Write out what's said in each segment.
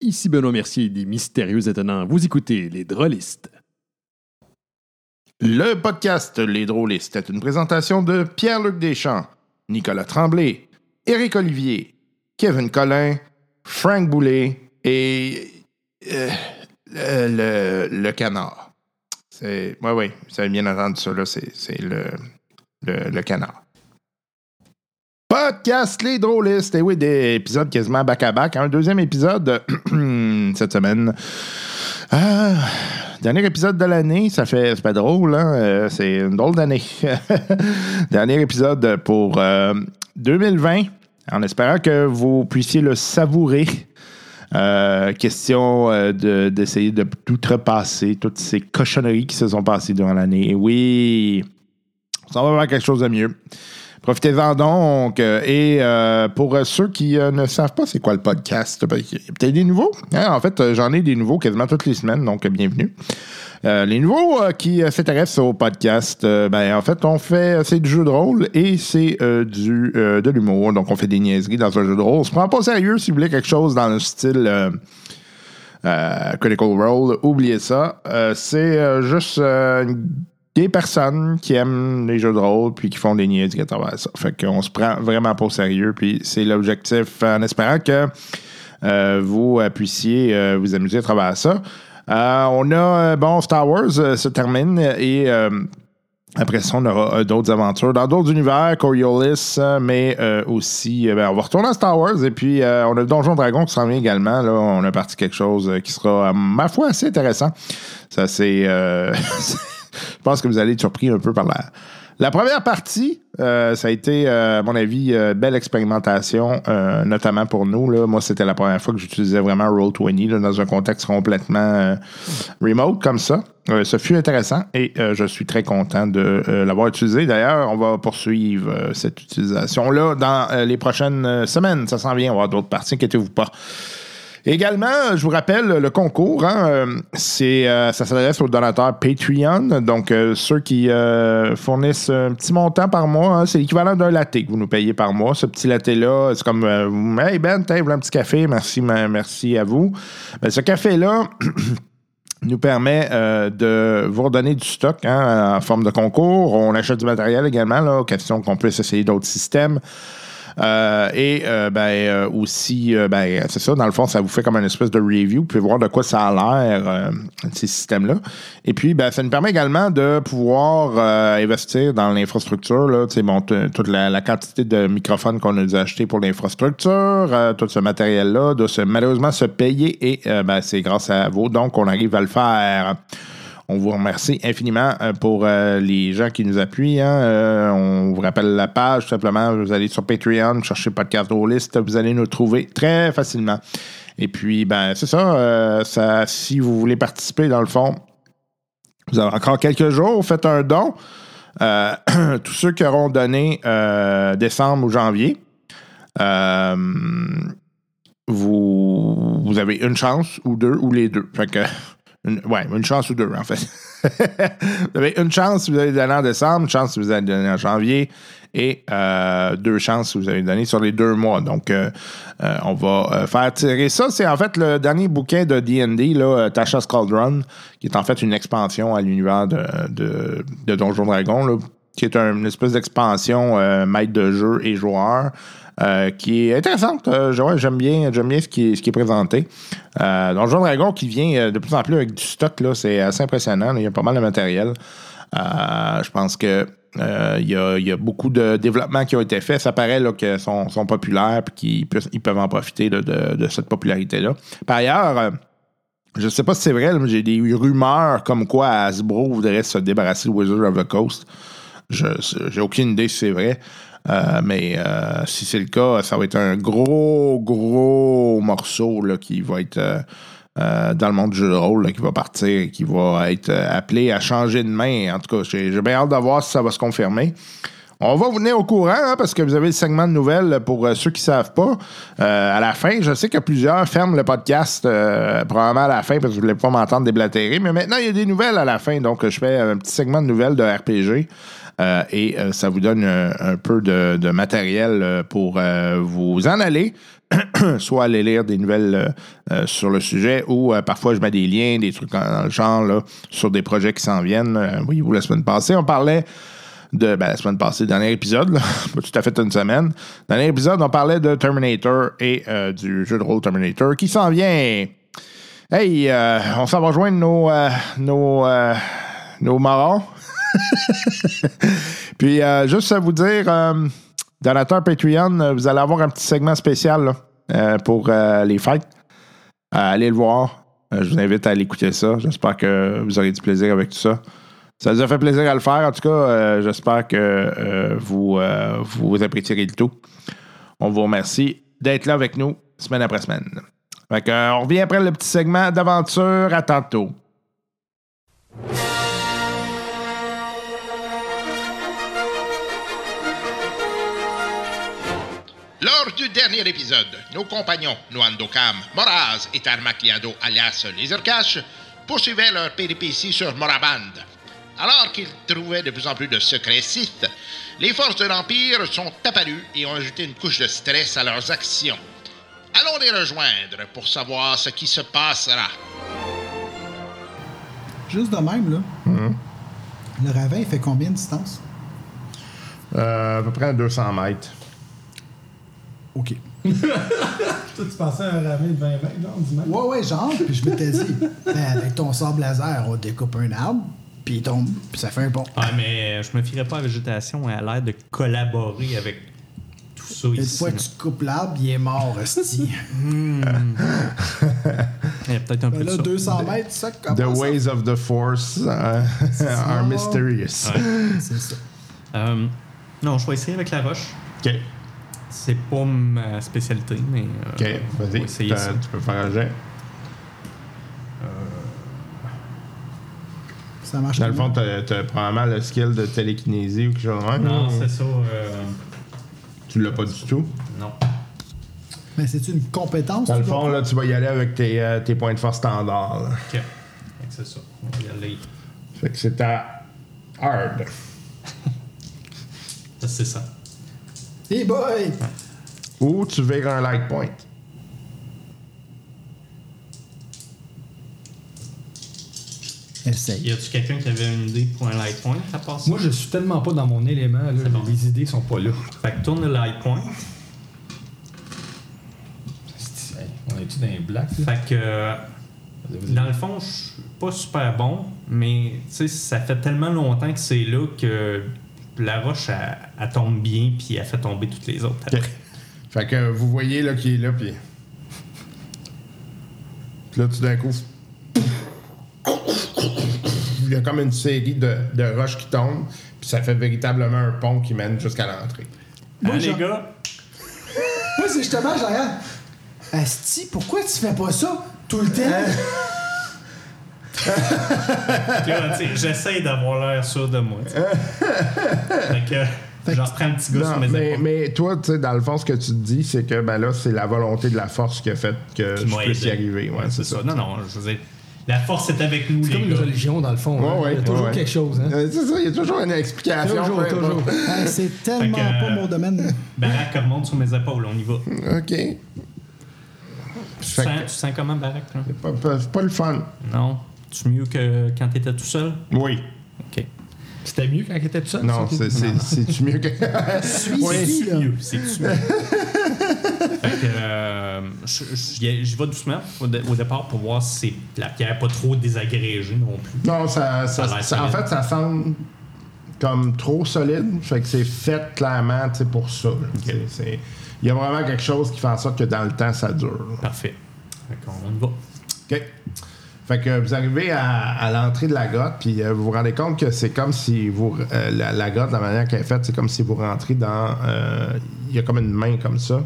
Ici Benoît Mercier des Mystérieux Étonnants. Vous écoutez Les Drôlistes. Le podcast Les Drôlistes est une présentation de Pierre-Luc Deschamps, Nicolas Tremblay, Éric Olivier, Kevin Collin, Frank Boulet et euh, le, le- le canard. C'est, ouais, ouais, vous avez bien entendu ça, là, c'est, c'est le, le, le canard. Podcast Les Drôlistes, et oui, des épisodes quasiment back-à-back. Un deuxième épisode cette semaine. Ah, dernier épisode de l'année, ça fait c'est pas drôle, hein? Euh, c'est une drôle d'année. dernier épisode pour euh, 2020, en espérant que vous puissiez le savourer. Euh, question euh, de- d'essayer de, tout repasser, toutes ces cochonneries qui se sont passées durant l'année. Et oui, ça va vers quelque chose de mieux. Profitez-en donc. euh, Et euh, pour euh, ceux qui euh, ne savent pas c'est quoi le podcast, ben, il y a peut-être des nouveaux. hein. en fait, euh, j'en ai des nouveaux quasiment toutes les semaines, donc euh, bienvenue. Euh, les nouveaux euh, qui euh, s'intéressent au podcast, euh, ben en fait, on fait c'est du jeu de rôle et c'est euh, du euh, de l'humour. Donc on fait des niaiseries dans un jeu de rôle. On se prend pas au sérieux si vous voulez quelque chose dans le style euh, euh, Critical Role, oubliez ça. Euh, c'est euh, juste euh, des personnes qui aiment les jeux de rôle puis qui font des niaiseries à travers ça. Fait qu'on se prend vraiment pas au sérieux, puis c'est l'objectif en espérant que euh, vous euh, puissiez euh, vous amuser à travers ça. Euh, on a, euh, bon, Star Wars euh, se termine et. euh, après ça, on aura euh, d'autres aventures dans d'autres univers, Coriolis, euh, mais euh, aussi, euh, ben, on va retourner à Star Wars et puis euh, on a Donjon Dragon qui s'en vient également. Là, on a parti quelque chose euh, qui sera, à ma foi, assez intéressant. Ça, c'est. euh, je pense que vous allez être surpris un peu par la. La première partie, euh, ça a été, euh, à mon avis, euh, belle expérimentation, euh, notamment pour nous. Là. Moi, c'était la première fois que j'utilisais vraiment Roll20 là, dans un contexte complètement euh, remote comme ça. Euh, ce fut intéressant et euh, je suis très content de euh, l'avoir utilisé. D'ailleurs, on va poursuivre euh, cette utilisation-là dans euh, les prochaines euh, semaines. Ça s'en vient, on va avoir d'autres parties, inquiétez-vous pas. Également, je vous rappelle le concours. hein, euh, c'est, euh, ça s'adresse aux donateurs Patreon, donc euh, ceux qui euh, fournissent un petit montant par mois. hein, c'est l'équivalent d'un latte que vous nous payez par mois. Ce petit latte-là, c'est comme euh, Hey Ben, t'as voulu un petit café, merci, ma- merci à vous. Ben, ce café-là, nous permet euh, de vous redonner du stock hein, en forme de concours. On achète du matériel également, là, question qu'on puisse essayer d'autres systèmes. Euh, et euh, ben, euh, aussi, euh, ben, c'est ça, dans le fond, ça vous fait comme une espèce de review. Vous pouvez voir de quoi ça a l'air, euh, ces systèmes-là. Et puis, ben, ça nous permet également de pouvoir euh, investir dans l'infrastructure. là. Tu sais, Bon, t- toute la, la quantité de microphones qu'on nous a acheté pour l'infrastructure, euh, tout ce matériel-là, doit se, malheureusement se payer. Et euh, ben, c'est grâce à vous, donc, qu'on arrive à le faire. On vous remercie infiniment euh, pour euh, les gens qui nous appuient. hein. Euh, on vous rappelle la page, tout simplement. Vous allez sur Patreon, cherchez Podcast Rollist, vous allez nous trouver très facilement. Et puis, ben, c'est ça, euh, ça. Si vous voulez participer, dans le fond, vous avez encore quelques jours, faites un don. Euh, tous ceux qui auront donné euh, décembre ou janvier, euh, vous, vous avez une chance ou deux ou les deux. Fait que, une- ouais, une chance ou deux, en fait. vous avez une chance si vous avez donné en décembre, une chance si vous avez donné en janvier et euh, deux chances si vous avez donné sur les deux mois. Donc, euh, euh, on va euh, faire tirer ça. C'est en fait le dernier bouquin de D&D, là, euh, Tasha's Cauldron, qui est en fait une expansion à l'univers de, de, de Donjon Dragon, là, qui est un- une espèce d'expansion euh, maître de jeu et joueur. euh, qui est intéressante. Euh, je- ouais, j'aime bien, j'aime bien ce qui est, ce qui est présenté. Euh, Donjon Dragon qui vient euh, de plus en plus avec du stock, là, c'est assez impressionnant. là. Il y a pas mal de matériel. Euh, je pense que euh, il y, a, il y a beaucoup de développements qui ont été faits. Ça paraît là, que sont, sont populaires et qu'ils puissent- ils peuvent en profiter là, de, de cette popularité-là. Par ailleurs, euh, je ne sais pas si c'est vrai, là, mais j'ai des rumeurs comme quoi Hasbro voudrait se débarrasser de Wizard of the Coast. Je j'ai aucune idée si c'est vrai. Euh, mais euh, si c'est le cas, ça va être un gros, gros morceau là, qui va être euh, euh, dans le monde du jeu de rôle, là, qui va partir et qui va être euh, appelé à changer de main. En tout cas, j'ai j'ai bien hâte de voir si ça va se confirmer. On va vous venir au courant hein, parce que vous avez le segment de nouvelles pour euh, ceux qui ne savent pas. Euh, à la fin, je sais que plusieurs ferment le podcast euh, probablement à la fin parce que vous ne voulez pas m'entendre déblatérer, mais maintenant il y a des nouvelles à la fin, donc euh, je fais un petit segment de nouvelles de RPG euh, et euh, ça vous donne euh, un peu de, de matériel euh, pour euh, vous en aller. soit aller lire des nouvelles euh, euh, sur le sujet ou euh, parfois je mets des liens, des trucs dans le genre là, sur des projets qui s'en viennent. Euh, oui, vous, la semaine passée, on parlait de ben, la semaine passée, dernier épisode, là, pas tout à fait une semaine. Dernier épisode, on parlait de Terminator et euh, du jeu de rôle Terminator qui s'en vient. Hey, euh, on s'en va rejoindre nos, euh, nos, euh, nos marrons. Puis, euh, juste à vous dire, euh, donateur Patreon, euh, vous allez avoir un petit segment spécial là, euh, pour euh, les fêtes. Euh, allez le voir. Euh, je vous invite à aller écouter ça. J'espère que vous aurez du plaisir avec tout ça. Ça nous a fait plaisir à le faire. En tout cas, euh, j'espère que euh, vous, euh, vous apprécierez le tout. On vous remercie d'être là avec nous semaine après semaine. Fait que, euh, on revient après le petit segment d'aventure. À tantôt. Lors du dernier épisode, nos compagnons Noandokam, Moraz et Tarmacliado alias les Urcaches poursuivaient leur péripétie sur Moraband. Alors qu'ils trouvaient de plus en plus de secrets Sith, les forces de l'Empire sont apparues et ont ajouté une couche de stress à leurs actions. Allons les rejoindre pour savoir ce qui se passera. Juste de même, là. Mhm. Le ravin, il fait combien de distance? Euh, à peu près 200 mètres. OK. Toi, tu pensais à un ravin de 20-20, genre, du même? Ouais, ouais, genre, puis je m'étais dit, ben, avec ton sable laser, on découpe un arbre, puis il tombe, puis ça fait un pont. Ah, mais je me fierais pas à la végétation et à l'air de collaborer avec tout ça Une ici. fois que tu coupes l'arbre, il est mort, hostie. Il y a peut-être un Ben peu de là, ça. 200 mètres, ça, Ah, The comment ça? ways of the Force euh, are mysterious. C'est ça. Euh, non, je vais essayer avec la roche. OK. C'est pas ma spécialité, mais. euh, OK, on va vas-y. Ben, essayer t'as- ça. Tu peux faire un jet. Ça marche Dans le fond, t'as t'as probablement le skill de télékinésie ou quelque chose de même. Non, ou- c'est ça. euh, Tu l'as pas du tout. non. Mais c'est-tu une compétence? Dans le tu vois? fond, là, tu vas y aller avec tes, euh, tes points de force standards. là. Ok. Fait que C'est ça. On va y aller. Fait que c'est ta hard. Ça, C'est ça. Hey boy! Ou tu vires un light point. Essaye. Y a-tu quelqu'un qui avait une idée pour un light point à part ça? Moi, je suis tellement pas dans mon élément, là. C'est bon. Les idées sont pas là. Fait que tourne le light point. Hey, on est-tu dans les blacks, là? Fait que. euh, Dans le fond, je suis pas super bon, mais tu sais, ça fait tellement longtemps que c'est là que la roche, elle, elle tombe bien, puis elle fait tomber toutes les autres. après. Fait que vous voyez là qui est là, puis. Puis là, tout d'un coup. Il y a comme une série de, de roches qui tombent, puis ça fait véritablement un pont qui mène jusqu'à l'entrée. Hein, Moi, les j'en- gars, Moi, c'est justement, j'arrive. Asti, pourquoi tu fais pas ça tout Euh, le temps? Puis là, tu sais, j'essaie d'avoir l'air sûr de moi. tu sais. fait que j'en prends un petit gars sur Non, mes mais, épaules. mais toi, tu sais, dans le fond, ce que tu te dis, c'est que ben là, c'est la volonté de la force qui a fait que Qui je m'a puisse y aidé. arriver. Ouais, c'est ça. Non, non, je veux dire, la force est avec nous, C'est comme les une euh, gars. religion, dans le fond. hein. Ouais, ouais, Il y a toujours ouais. quelque chose, hein? Euh, C'est ça, il y a toujours une explication. Toujours, peu importe. toujours. Hey, c'est tellement Fait que- pas euh, mon domaine. Barack elle remonte sur mes épaules, on y va. OK. Tu, Fait sens, que- tu sens comment, Barack? là? Pas, pas- pas le fun. Non? Tu mieux que quand t'étais tout seul? Oui. OK. C'était mieux quand il était tout seul? Non, ça, c'est- c'est c'est-tu mieux que. Suis ici, C'est là. mieux, c'est mieux. fait que euh, je- je- j'y ai- j'y vais doucement au, dé- au départ pour voir si c'est la pierre pas trop désagrégée non plus. Non, ça, ça- Ça a l'air ça- en solide. fait, ça semble comme trop solide. Fait que c'est fait clairement tu sais, pour ça. là. C'est- c'est- Il y a vraiment quelque chose qui fait en sorte que dans le temps, ça dure. là. Parfait. Fait qu'on y va. OK. Fait que vous arrivez à, à l'entrée de la grotte, puis euh, vous vous rendez compte que c'est comme si vous. euh, la, la grotte, la manière qu'elle est faite, c'est comme si vous rentrez dans. euh, Il y a comme une main comme ça,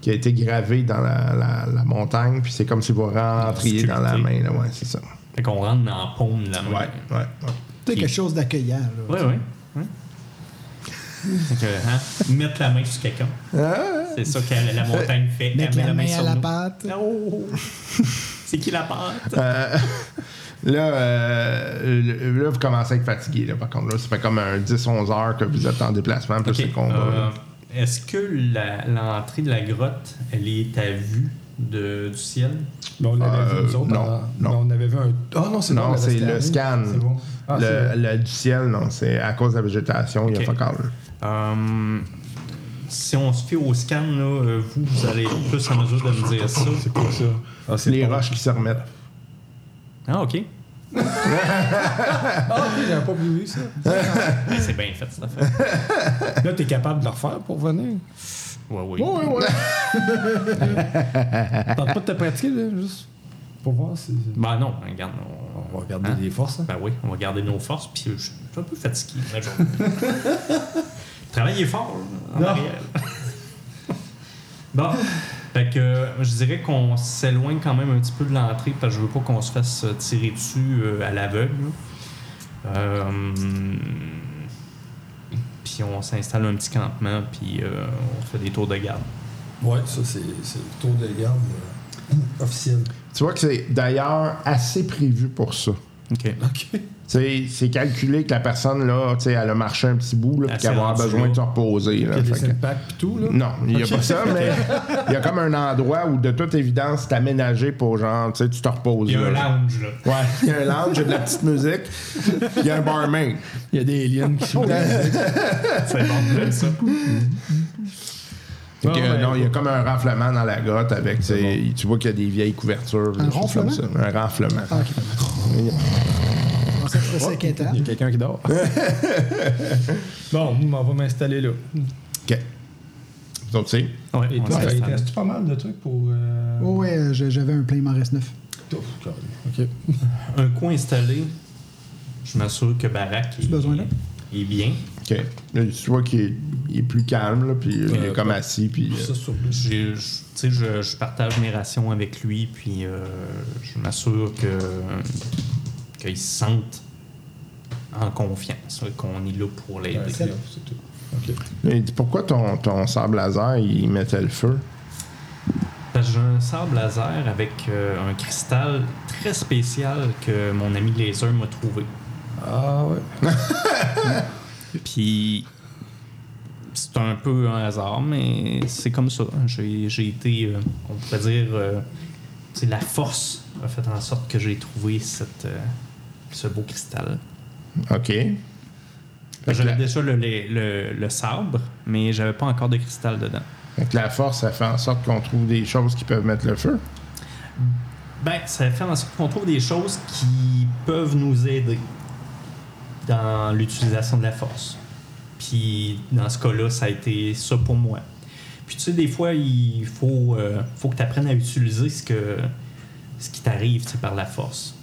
qui a été gravée dans la, la- la montagne, puis c'est comme si vous rentriez dans la main, là. Ouais, c'est ça. Fait qu'on rentre dans la paume de la main. Ouais, ouais, ouais. C'est quelque chose d'accueillant, là. Ouais, ouais. ouais. Fait que, hein, mettre la main sur quelqu'un. C'est ça que la, la montagne fait. Ah, Mettre Elle met la main à sur la nous. pâte. Ah, Oh, oh, oh. c'est qui la pâte? Là, euh, le- là, vous commencez à être fatigué, là, par contre. Là, ça fait comme un 10-11 heures que vous êtes en déplacement, plus Ok, les combats. euh, là. Est-ce que la- l'entrée de la grotte, elle est à vue de- du ciel? Bon, on l'avait Euh, vu, nous autres. non, en- non. On avait vu un. Ah non, c'est Non, bon, on c'est l'avait le scanné. scan. C'est bon. Ah, c'est le, le- du ciel, non, c'est à cause de la végétation, il y a Ok. fuck all. Hum, si on se fie au scan, là, euh, vous, vous allez être plus en mesure de me dire ça. C'est quoi ça? Ah, Les roches qui se remettent. Ah, ok. Ah, ok, j'avais pas vu ça. Ben, c'est bien fait, cette affaire. Là, t'es capable de le refaire pour venir. Ouais, Ben oui. Oui, oui. Tente pas de te pratiquer, là, juste pour voir si. Ben non, regarde. On va regarder Hein? les forces. hein. Ben oui, on va garder nos forces, puis je je suis un peu fatigué la journée. Travailler fort, là, en Non. arrière. bon, fait que euh, je dirais qu'on s'éloigne quand même un petit peu de l'entrée, parce que je veux pas qu'on se fasse euh, tirer dessus euh, à l'aveugle. là. Euh, puis on s'installe un petit campement, puis euh, on fait des tours de garde. Ouais, ça, c'est c'est le tour de garde euh, officiel. Tu vois que c'est d'ailleurs assez prévu pour ça. OK. OK. Tu sais, C'est calculé que la personne, là, tu sais, elle a marché un petit bout, là, Elle puis qu'elle va avoir s'est rendue besoin là. de se reposer. Il Là, y a Fait que- des impacts pis tout, là. Non, il n'y a pas ça, mais il y a comme un endroit où, de toute évidence, c'est aménagé pour genre, tu sais, tu te reposes. Il y a un là. lounge, là. Ouais, il y a un lounge, il y a de la petite musique, il y a un barman. Il y a des aliens qui sont C'est bon, j'aime ça. Fait que, Ah, ouais. non, il y a comme un renflement dans la grotte avec, tu sais, tu vois qu'il y a des vieilles couvertures. des choses comme ça. Un renflement. Ah, Ça serait ça inquiétant. Il y a quelqu'un qui dort. bon, on va m'installer là. OK. Vous autres, c'est? Ouais, Et on toi, s'installe. il te reste pas mal de trucs pour. Euh... Oh, ouais, euh, j'ai- j'avais un plein, il m'en reste neuf. Ouf, carré. OK. un coin installé, je m'assure que Barack est, besoin là? est bien. OK. Là, tu vois qu'il est, il est plus calme, là, puis il est Euh, comme assis, puis... Ça, euh, sur le- J'ai- je- tu sais, je, je partage mes rations avec lui, puis euh, je m'assure que qu'il se sente en confiance, là, qu'on est là pour l'aider. Ouais, c'est là, c'est tout. OK. là, il dit, pourquoi ton, ton sable laser, il mettait le feu? Parce que J'ai un sable laser avec euh, un cristal très spécial que mon ami laser m'a trouvé. Ah ouais. Puis c'est un peu un hasard, mais c'est comme ça. J'ai j'ai été, euh, on pourrait dire, euh, tu sais, la force a fait en sorte que j'ai trouvé cette, euh, ce beau cristal. OK. Fait que J'avais la- déjà le, le, le- le sabre, mais j'avais pas encore de cristal dedans. Fait que la force, ça fait en sorte qu'on trouve des choses qui peuvent mettre le feu. Ben, ça fait en sorte qu'on trouve des choses qui peuvent nous aider dans l'utilisation de la force. Puis, dans ce cas-là, ça a été ça pour moi. Puis, tu sais, des fois, il faut, euh, faut que tu apprennes à utiliser ce, que, ce qui t'arrive tu sais, par la force.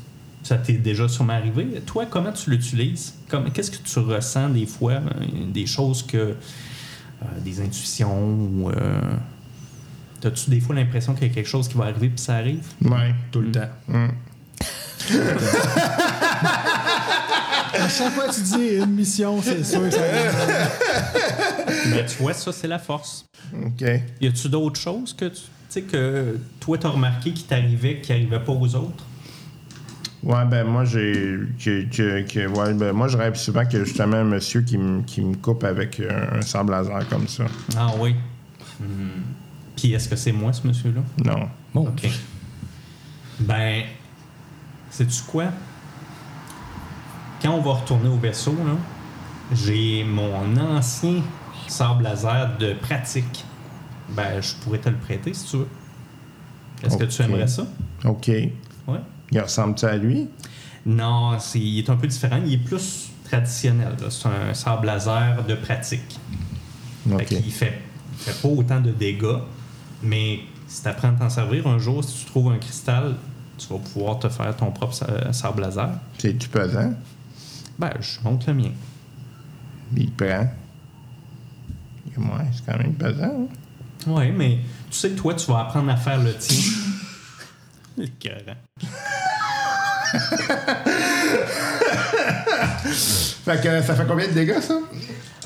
Ça t'est déjà sûrement arrivé. Toi, comment tu l'utilises? Comme- Qu'est-ce que tu ressens des fois? euh, Des choses que... euh, des intuitions ou... euh, T'as-tu des fois l'impression qu'il y a quelque chose qui va arriver puis ça arrive? Ouais. Tout le temps. À chaque fois que tu dis une mission, c'est sûr que ça va. Mais tu vois, ça, c'est la force. OK. Y a-tu d'autres choses que tu tu sais que toi, t'as remarqué qui t'arrivait, qui arrivait pas aux autres? Ouais, ben moi, j'ai. Que, que- que- ouais, ben, moi, je rêve souvent que justement un monsieur qui me qui me coupe avec euh, un, un sable laser comme ça. Ah oui. Hmm. Puis est-ce que c'est moi, ce monsieur-là? Non. Bon. OK. Ben, sais-tu quoi? Quand on va retourner au vaisseau, là, j'ai mon ancien sable laser de pratique. Ben, je pourrais te le prêter si tu veux. Est-ce que tu Ok. aimerais ça? OK. Ouais. Il ressemble-tu à lui? Non, c'est- il est un peu différent. Il est plus traditionnel. là. C'est un sable laser de pratique. Fait OK. qu'il fait, il fait pas autant de dégâts, mais si tu apprends à t'en servir, un jour, si tu trouves un cristal, tu vas pouvoir te faire ton propre sa- sable laser. C'est-tu pesant? Ben, je monte le mien. Il prend. Et moi, c'est quand même pesant. hein? Ouais, mais tu sais que toi, tu vas apprendre à faire le tien. Écœurant. Fait que ça fait combien de dégâts, ça?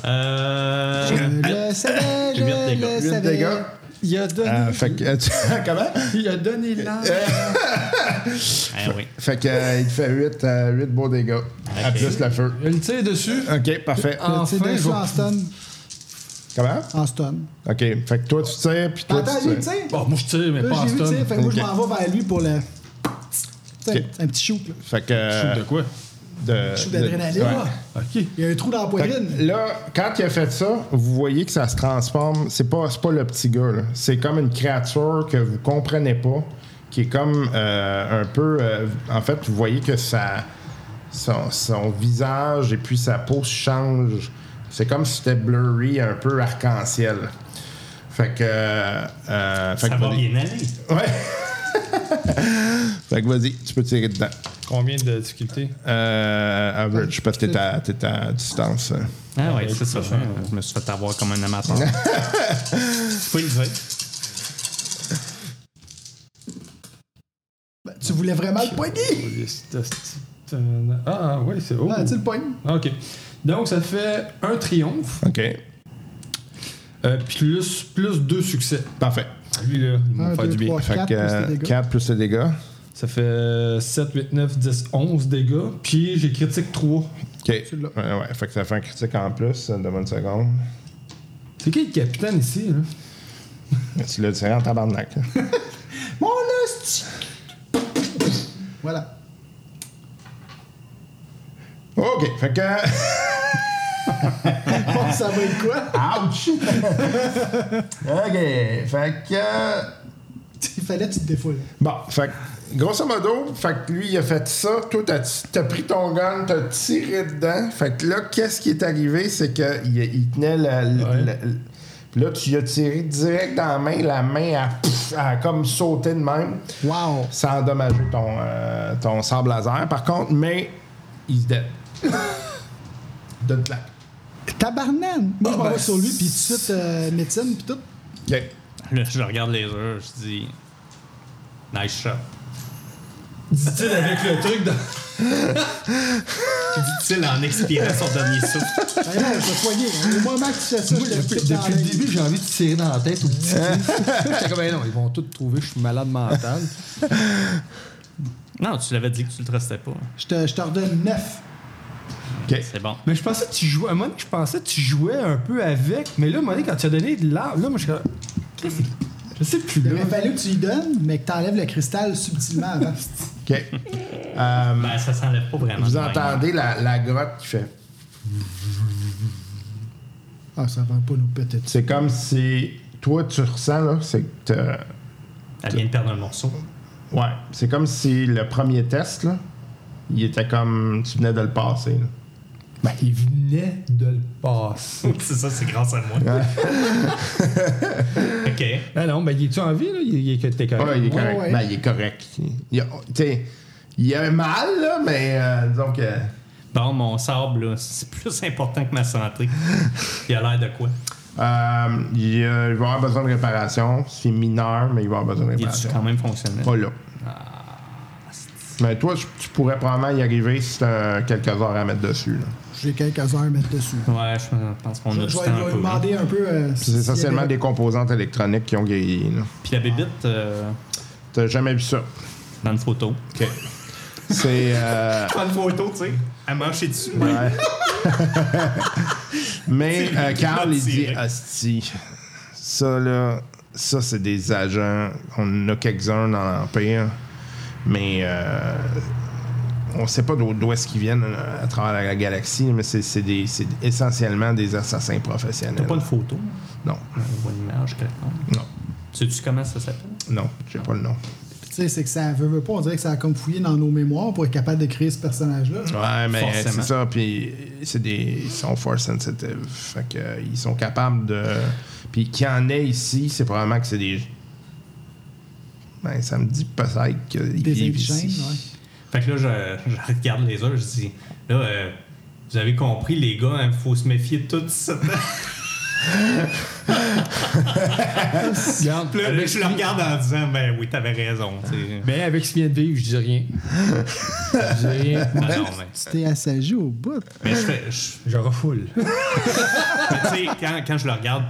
euh... Je le savais, je Huit le dégâts. Huit savais. dégâts. Il a donné. Ah. Euh, fait que. comment? Il a donné l'âme. ah oui. Fait que euh, il te fait 8, beaux dégâts. À Ok. plus le feu. Il tire dessus. OK, parfait. C'est Enfin, des je vais- en stun. Comment? en stun. OK. Fait que toi, tu tires, puis toi, Attends, tu lui, tires. tire. Bon, Ah, moi, je tire, mais Là, pas en j'ai vu, stun. tire. Fait que moi, je Ok. m'en vais vers lui pour le. Tu sais, Ok. Un petit shoot, là. Fait que... euh, Shoot de quoi? de- Shoot Euh, d'adrénaline, Ouais. là. OK. Il y a un trou dans la Fait poitrine. que là, quand il a fait ça, vous voyez que ça se transforme. C'est pas, c'est pas le petit gars, là. C'est comme une créature que vous comprenez pas, qui est comme euh, un peu. euh, en fait, vous voyez que ça, son, son visage et puis sa peau change. C'est comme si c'était blurry, un peu arc-en-ciel. Fait que. euh, euh, fait Ça que va vas-y. bien aller. Ouais. fait que vas-y, tu peux tirer dedans. Combien de difficultés? Euh, average, parce que t'es à, t'es à distance. hein. Ah ouais, c'est ça. hein. Je me suis fait avoir comme un amateur. Faut le dire. Ben, tu voulais vraiment le poigner. Ah, oui, c'est haut. Ah, tu sais, le poignes. OK. Donc, ça fait un triomphe, OK. euh, plus, plus deux succès. Parfait. Lui, là, il Un, va faire deux, du bien. trois, Fait quatre, que plus les dégâts. 4 plus les dégâts. Ça fait 7, 8, 9, 10, 11 dégâts. Puis j'ai critique 3. OK. Ouais, ouais. Fait que ça fait un critique en plus. Ça me demande une seconde. C'est qui le capitaine ici? Là? Tu l'as tiré en tabarnak. hein. Mon hostie! Voilà. OK. Fait que. Bon, ça va être quoi? Ouch! OK. Fait que. Il fallait que tu te défoules. Bon. Fait que. Grosso modo, fait que lui, il a fait ça. Toi, t'as t'as pris ton gun, t'as tiré dedans. Fait que là, qu'est-ce qui est arrivé? C'est qu'il il tenait la. la- Ouais. la- puis là, tu lui as tiré direct dans la main. La main a, pff, a comme sauté de même. Wow! sans endommager ton, euh, ton sabre laser. Par contre, mais il se dead. Donne claque. Tabarnane! Moi, je m'en ben, vais sur lui, puis tout de suite, euh, médecine, puis tout. OK. Là, je regarde les heures, je dis. Nice shot. Dit-il avec le truc dans. Dit-il en expirant son dernier souffle. Ben non, je vais te poigner. hein. Au moment que tu fais ça, je te Depuis, pique dans depuis le l'œil. début, Hein? j'ai envie de tirer dans la tête au petit. J'étais comme, ben non, ils vont tous trouver que je suis malade mental. Non, tu l'avais dit que tu le trustais pas. Je te, je te redonne 9. C'est bon. Mais je pensais que tu jouais. À un moment donné, je pensais que tu jouais un peu avec. Mais là, à un moment donné, quand tu as donné de l'arbre, là, moi, je suis comme, Qu'est-ce que c'est? Je sais plus, Il là. aurait fallu que tu lui donnes, mais que tu enlèves le cristal subtilement avant. OK. Euh, Ben, ça s'enlève pas vraiment. vous de même. entendez la, la grotte qui fait. Ah, ça va pas nous péter dessus. C'est comme si toi, tu ressens, là, c'est que t'as- Elle vient de perdre un morceau. Ouais. C'est comme si le premier test, là, il était comme. Tu venais de le passer, là. Ben, il venait de le passer. c'est ça, c'est grâce à moi. ok. Ah non, ben, il est-tu en vie, là? Il, il est que t'es correct. Ouais, il est Ouais, correct. ouais. Ben, il est correct. Il y a, t'sais, il y a un mal, là, mais euh, disons que. Bon, mon sable, là, c'est plus important que ma santé. Il a l'air de quoi? euh, il, y a- il va avoir besoin de réparation. C'est mineur, mais il va avoir besoin de Il est réparation. quand même fonctionnel. Pas là. Mais toi, tu- tu pourrais probablement y arriver si t'as quelques heures à mettre dessus. là. J'ai quelques heures à mettre dessus. Ouais, je pense qu'on Je a vais du je temps vais Euh, un lui peu. là. demander un peu. euh, C'est s'il y a essentiellement des composantes électroniques qui ont guéri. là. Puis la bébite, euh, T'as jamais vu ça. dans une photo. OK. C'est. euh, Prends une photo, tu sais. Elle marche dessus. ouais. Mais euh, Carl, il dit Tiré. Hostie. Ça, là, ça, c'est des agents. On en a quelques-uns dans l'Empire. Mais. euh, on sait pas d'où d'où est-ce qu'ils viennent euh, à travers la galaxie, mais c'est c'est des- c'est essentiellement des assassins professionnels. T'as pas une photo? Non, On voit une image quelconque. non, Sais-tu comment ça s'appelle? non, j'ai pas le nom. Puis Tu sais, c'est que ça veut, veut pas. On dirait que ça a comme fouillé dans nos mémoires pour être capable de créer ce personnage-là. Ouais, mais Forcément. c'est ça, puis c'est des. Ils sont force sensitive. Fait que euh, ils sont capables de. Puis qu'il y en ait ici, c'est probablement que c'est des. Ben, ça me dit peut-être qu'ils Des vivent indigènes, ici. ouais. Fait que là, je, je regarde les heures, je dis, là, euh, vous avez compris, les gars, il faut se méfier de tout ça. Ben, Regarde, Puis là, avec- je le regarde en disant, ben oui, t'avais raison. tu sais. Mais avec ce qu'il vient de vivre, je dis rien. Je dis rien. Ben, Ah non, mais, Tu t'es assagi au bout. mais je fais. je- Je refoule. mais tu sais, quand, quand je le regarde,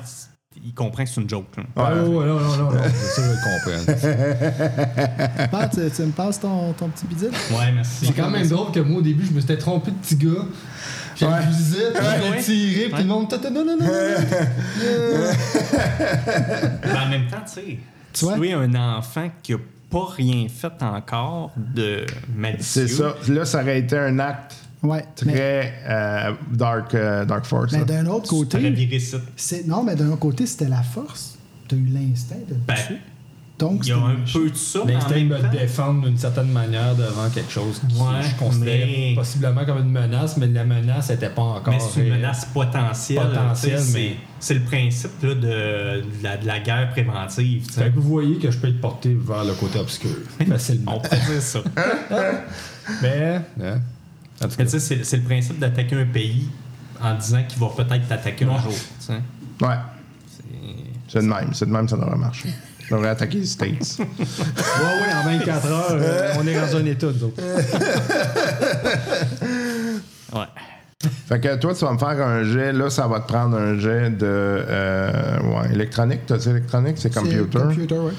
il comprend que c'est une joke. là. Ah, ouais, ouais, non, non, non, non. Ça, je le comprends. Pat, tu, tu me passes ton, ton petit bidule? Ouais, merci. C'est quand même drôle que moi, au début, je me suis trompé de petit gars. Puis elle visait, puis Ouais, elle ouais. tirait, puis Ouais. le monde. tata, non, non, non, non, non. Mais Ben, en même temps, tu sais, tu vois? es un enfant qui a pas rien fait encore de malicieux. C'est ça. Là, ça aurait été un acte Ouais. Mais, très euh, dark, euh, dark Force. mais là. d'un autre Tu aurais côté, viré ça. c'est- non, mais d'un autre côté, c'était la force. T'as eu l'instinct de le Ben, tuer. Donc, Il y a c'était- un peu de ça. mais en L'instinct de même me temps, défendre d'une certaine manière devant quelque chose qui Ouais, je considère mais- possiblement comme une menace, mais la menace n'était pas encore. mais c'est une réelle. menace potentielle. Potentielle, tu sais, mais- c'est- C'est le principe là, de, de la, de la guerre préventive. tu sais. Fait que vous voyez que je peux être porté vers le côté obscur facilement. On peut dire ça. mais. hein, en tout cas, Mais tu sais, c'est c'est le principe d'attaquer un pays en disant qu'il va peut-être t'attaquer un jour. tu sais. Ouais. C'est de même. C'est de même, ça devrait marcher. Ça devrait attaquer les States. ouais, ouais, en 24 heures, euh, on est dans un état, nous autres. Ouais. fait que toi, tu vas me faire un jet. Là, ça va te prendre un jet de. euh, ouais, électronique. T'as dit électronique, c'est c'est computer. Computer, ouais.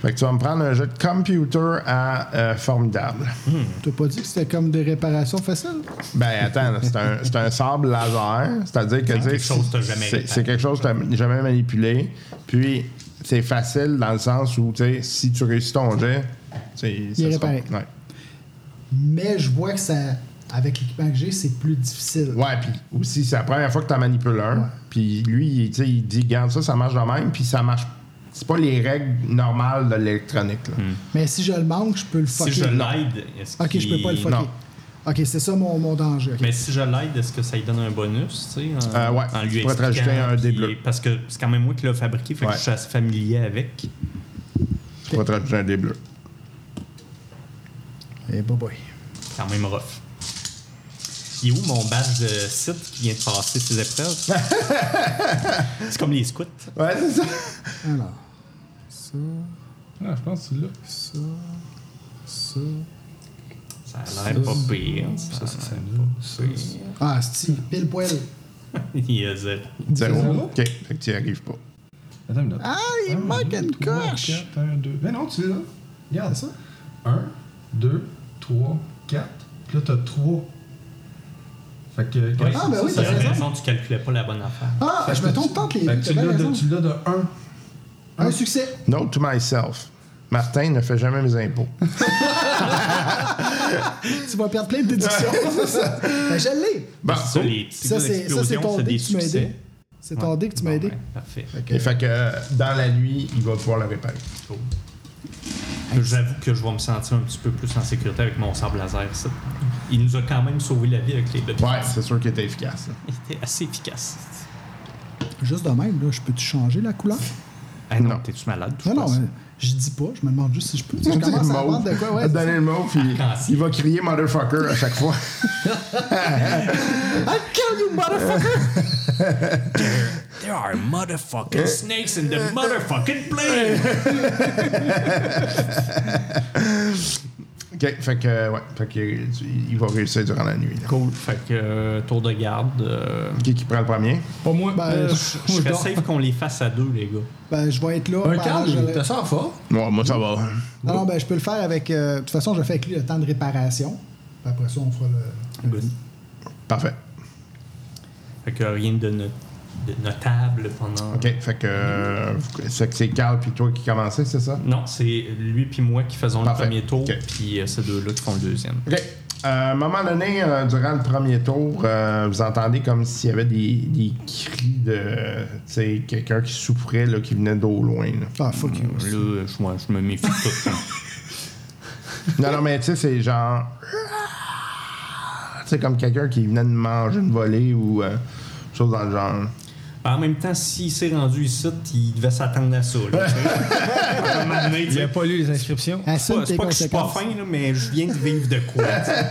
Fait que tu vas me prendre un jet de computer à euh, formidable. T'as pas dit que c'était comme des réparations faciles? Ben attends, là, c'est un, c'est un sable laser, c'est-à-dire que quelque dire, chose que t'as jamais c'est- fait. c'est quelque chose que t'as jamais manipulé. Puis c'est facile dans le sens où tu sais, si tu réussis ton jet, il est réparé. Ouais. Mais je vois que ça, avec l'équipement que j'ai, c'est plus difficile. Ouais, puis aussi, c'est la première fois que tu en manipules un. Puis lui, il, tu sais, il dit, garde ça, ça marche de même, puis ça marche. C'est pas les règles normales de l'électronique. là. Mais si je le manque, je peux le Si fucker. je l'aide, est-ce Ok, je peux pas le qu'il- fucker. Non. Ok, c'est ça mon, mon danger. ok. Mais si je l'aide, est-ce que ça lui donne un bonus, tu sais, en, Euh, ouais, en tu lui pourrais te rajouter expliquant, un dé puis- bleu. Parce que c'est quand même moi qui l'ai fabriqué, fait Ouais. que je suis assez familier avec. Tu vas te rajouter un dé bleu. Eh, bye bye. Quand même rough. Il est où mon badge de site qui vient de passer ses épreuves? c'est comme les scouts. Ouais, c'est ça. Alors, ça, Ah, je pense que tu l'as. ça, ça. Ça a l'air pas pire. Ça, a l'air pas pire. Ah, c'est pile poil. Il y a zéro. Zéro. Zéro. OK, fait que tu y arrives pas. Attends une minute. Ah, il manque une coche. 4, 1, 2. Mais non, tu l'as. Regarde ça. 1, 2, 3, 4. Puis là, t'as 3. Fait que. quand- Ah, ben oui, ça, t'as raison. raison, tu calculais pas la bonne affaire. Ah, fait je que me tu- trompe tant que les Fait que t'as tu bien l'as raison. de- tu l'as de 1. Un succès. Note to myself. Martin ne fait jamais mes impôts. Tu vas perdre plein de déductions. c'est ça. Ben, je l'ai. Bon, Ça, les petites Ça, c'est ça, c'est explosions, ton c'est dé des que tu m'as aidé. succès. C'est ton dé que tu m'as Bon, aidé. ben, parfait. Et fait que euh, dans la nuit, il va pouvoir le réparer. J'avoue que je vais me sentir un petit peu plus en sécurité avec mon sable laser. Ça. Il nous a quand même sauvé la vie avec les deux. Ouais, c'est sûr qu'il était efficace. là. Il était assez efficace. Juste de même, là, je peux-tu changer la couleur? Ah non, Non. t'es-tu malade? Non, non, pense. euh, je dis pas. Je me demande juste si je peux. Tu sais, Je Dis commence le à mot. vendre de quoi, ouais. c'est ça. Donnez le mot, puis il Arc-en-ciel. va crier motherfucker à chaque fois. I kill you, motherfucker! There are motherfucking snakes in the motherfucking plane! OK, fait que, euh, ouais, fait que, euh, tu- il va réussir durant la nuit. là. cool. Fait que euh, tour de garde. euh, Qui qui prend le premier? Pas moi. Ben, euh, je- je moi, serais dors. safe qu'on les fasse à deux, les gars. ben, je vais être là. Un pendant calme, que je- t'as ça en forme. Moi, moi, ça va. Non, non, ben, je peux le faire avec. euh, de toute façon, je fais avec lui le temps de réparation. Puis après ça, on fera le. Good. Parfait. Fait que euh, rien de, no- de notable pendant. OK, fait que, euh, c'est que c'est Carl puis toi qui commencez, c'est ça? Non, c'est lui puis moi qui faisons Parfait. le premier tour, Ok. puis euh, ces deux-là qui font le deuxième. OK. Euh, à un moment donné, euh, durant le premier tour, euh, vous entendez comme s'il y avait des, des cris de euh, tu sais, quelqu'un qui souffrait, là, qui venait d'au loin. là. Ah, fuck you. Là, euh, je, moi, je me méfie de tout le temps. Non, non, mais tu sais, c'est genre. C'est comme quelqu'un qui venait de manger une volée ou euh, chose dans le genre. Ben, En même temps, s'il s'est rendu ici, il devait s'attendre à ça. Là, tu sais. À un moment donné, tu Il sais, a pas lu les inscriptions. c'est Assume pas, c'est tes pas que je suis pas conséquences. fin, là, mais je viens de vivre de quoi. tu sais.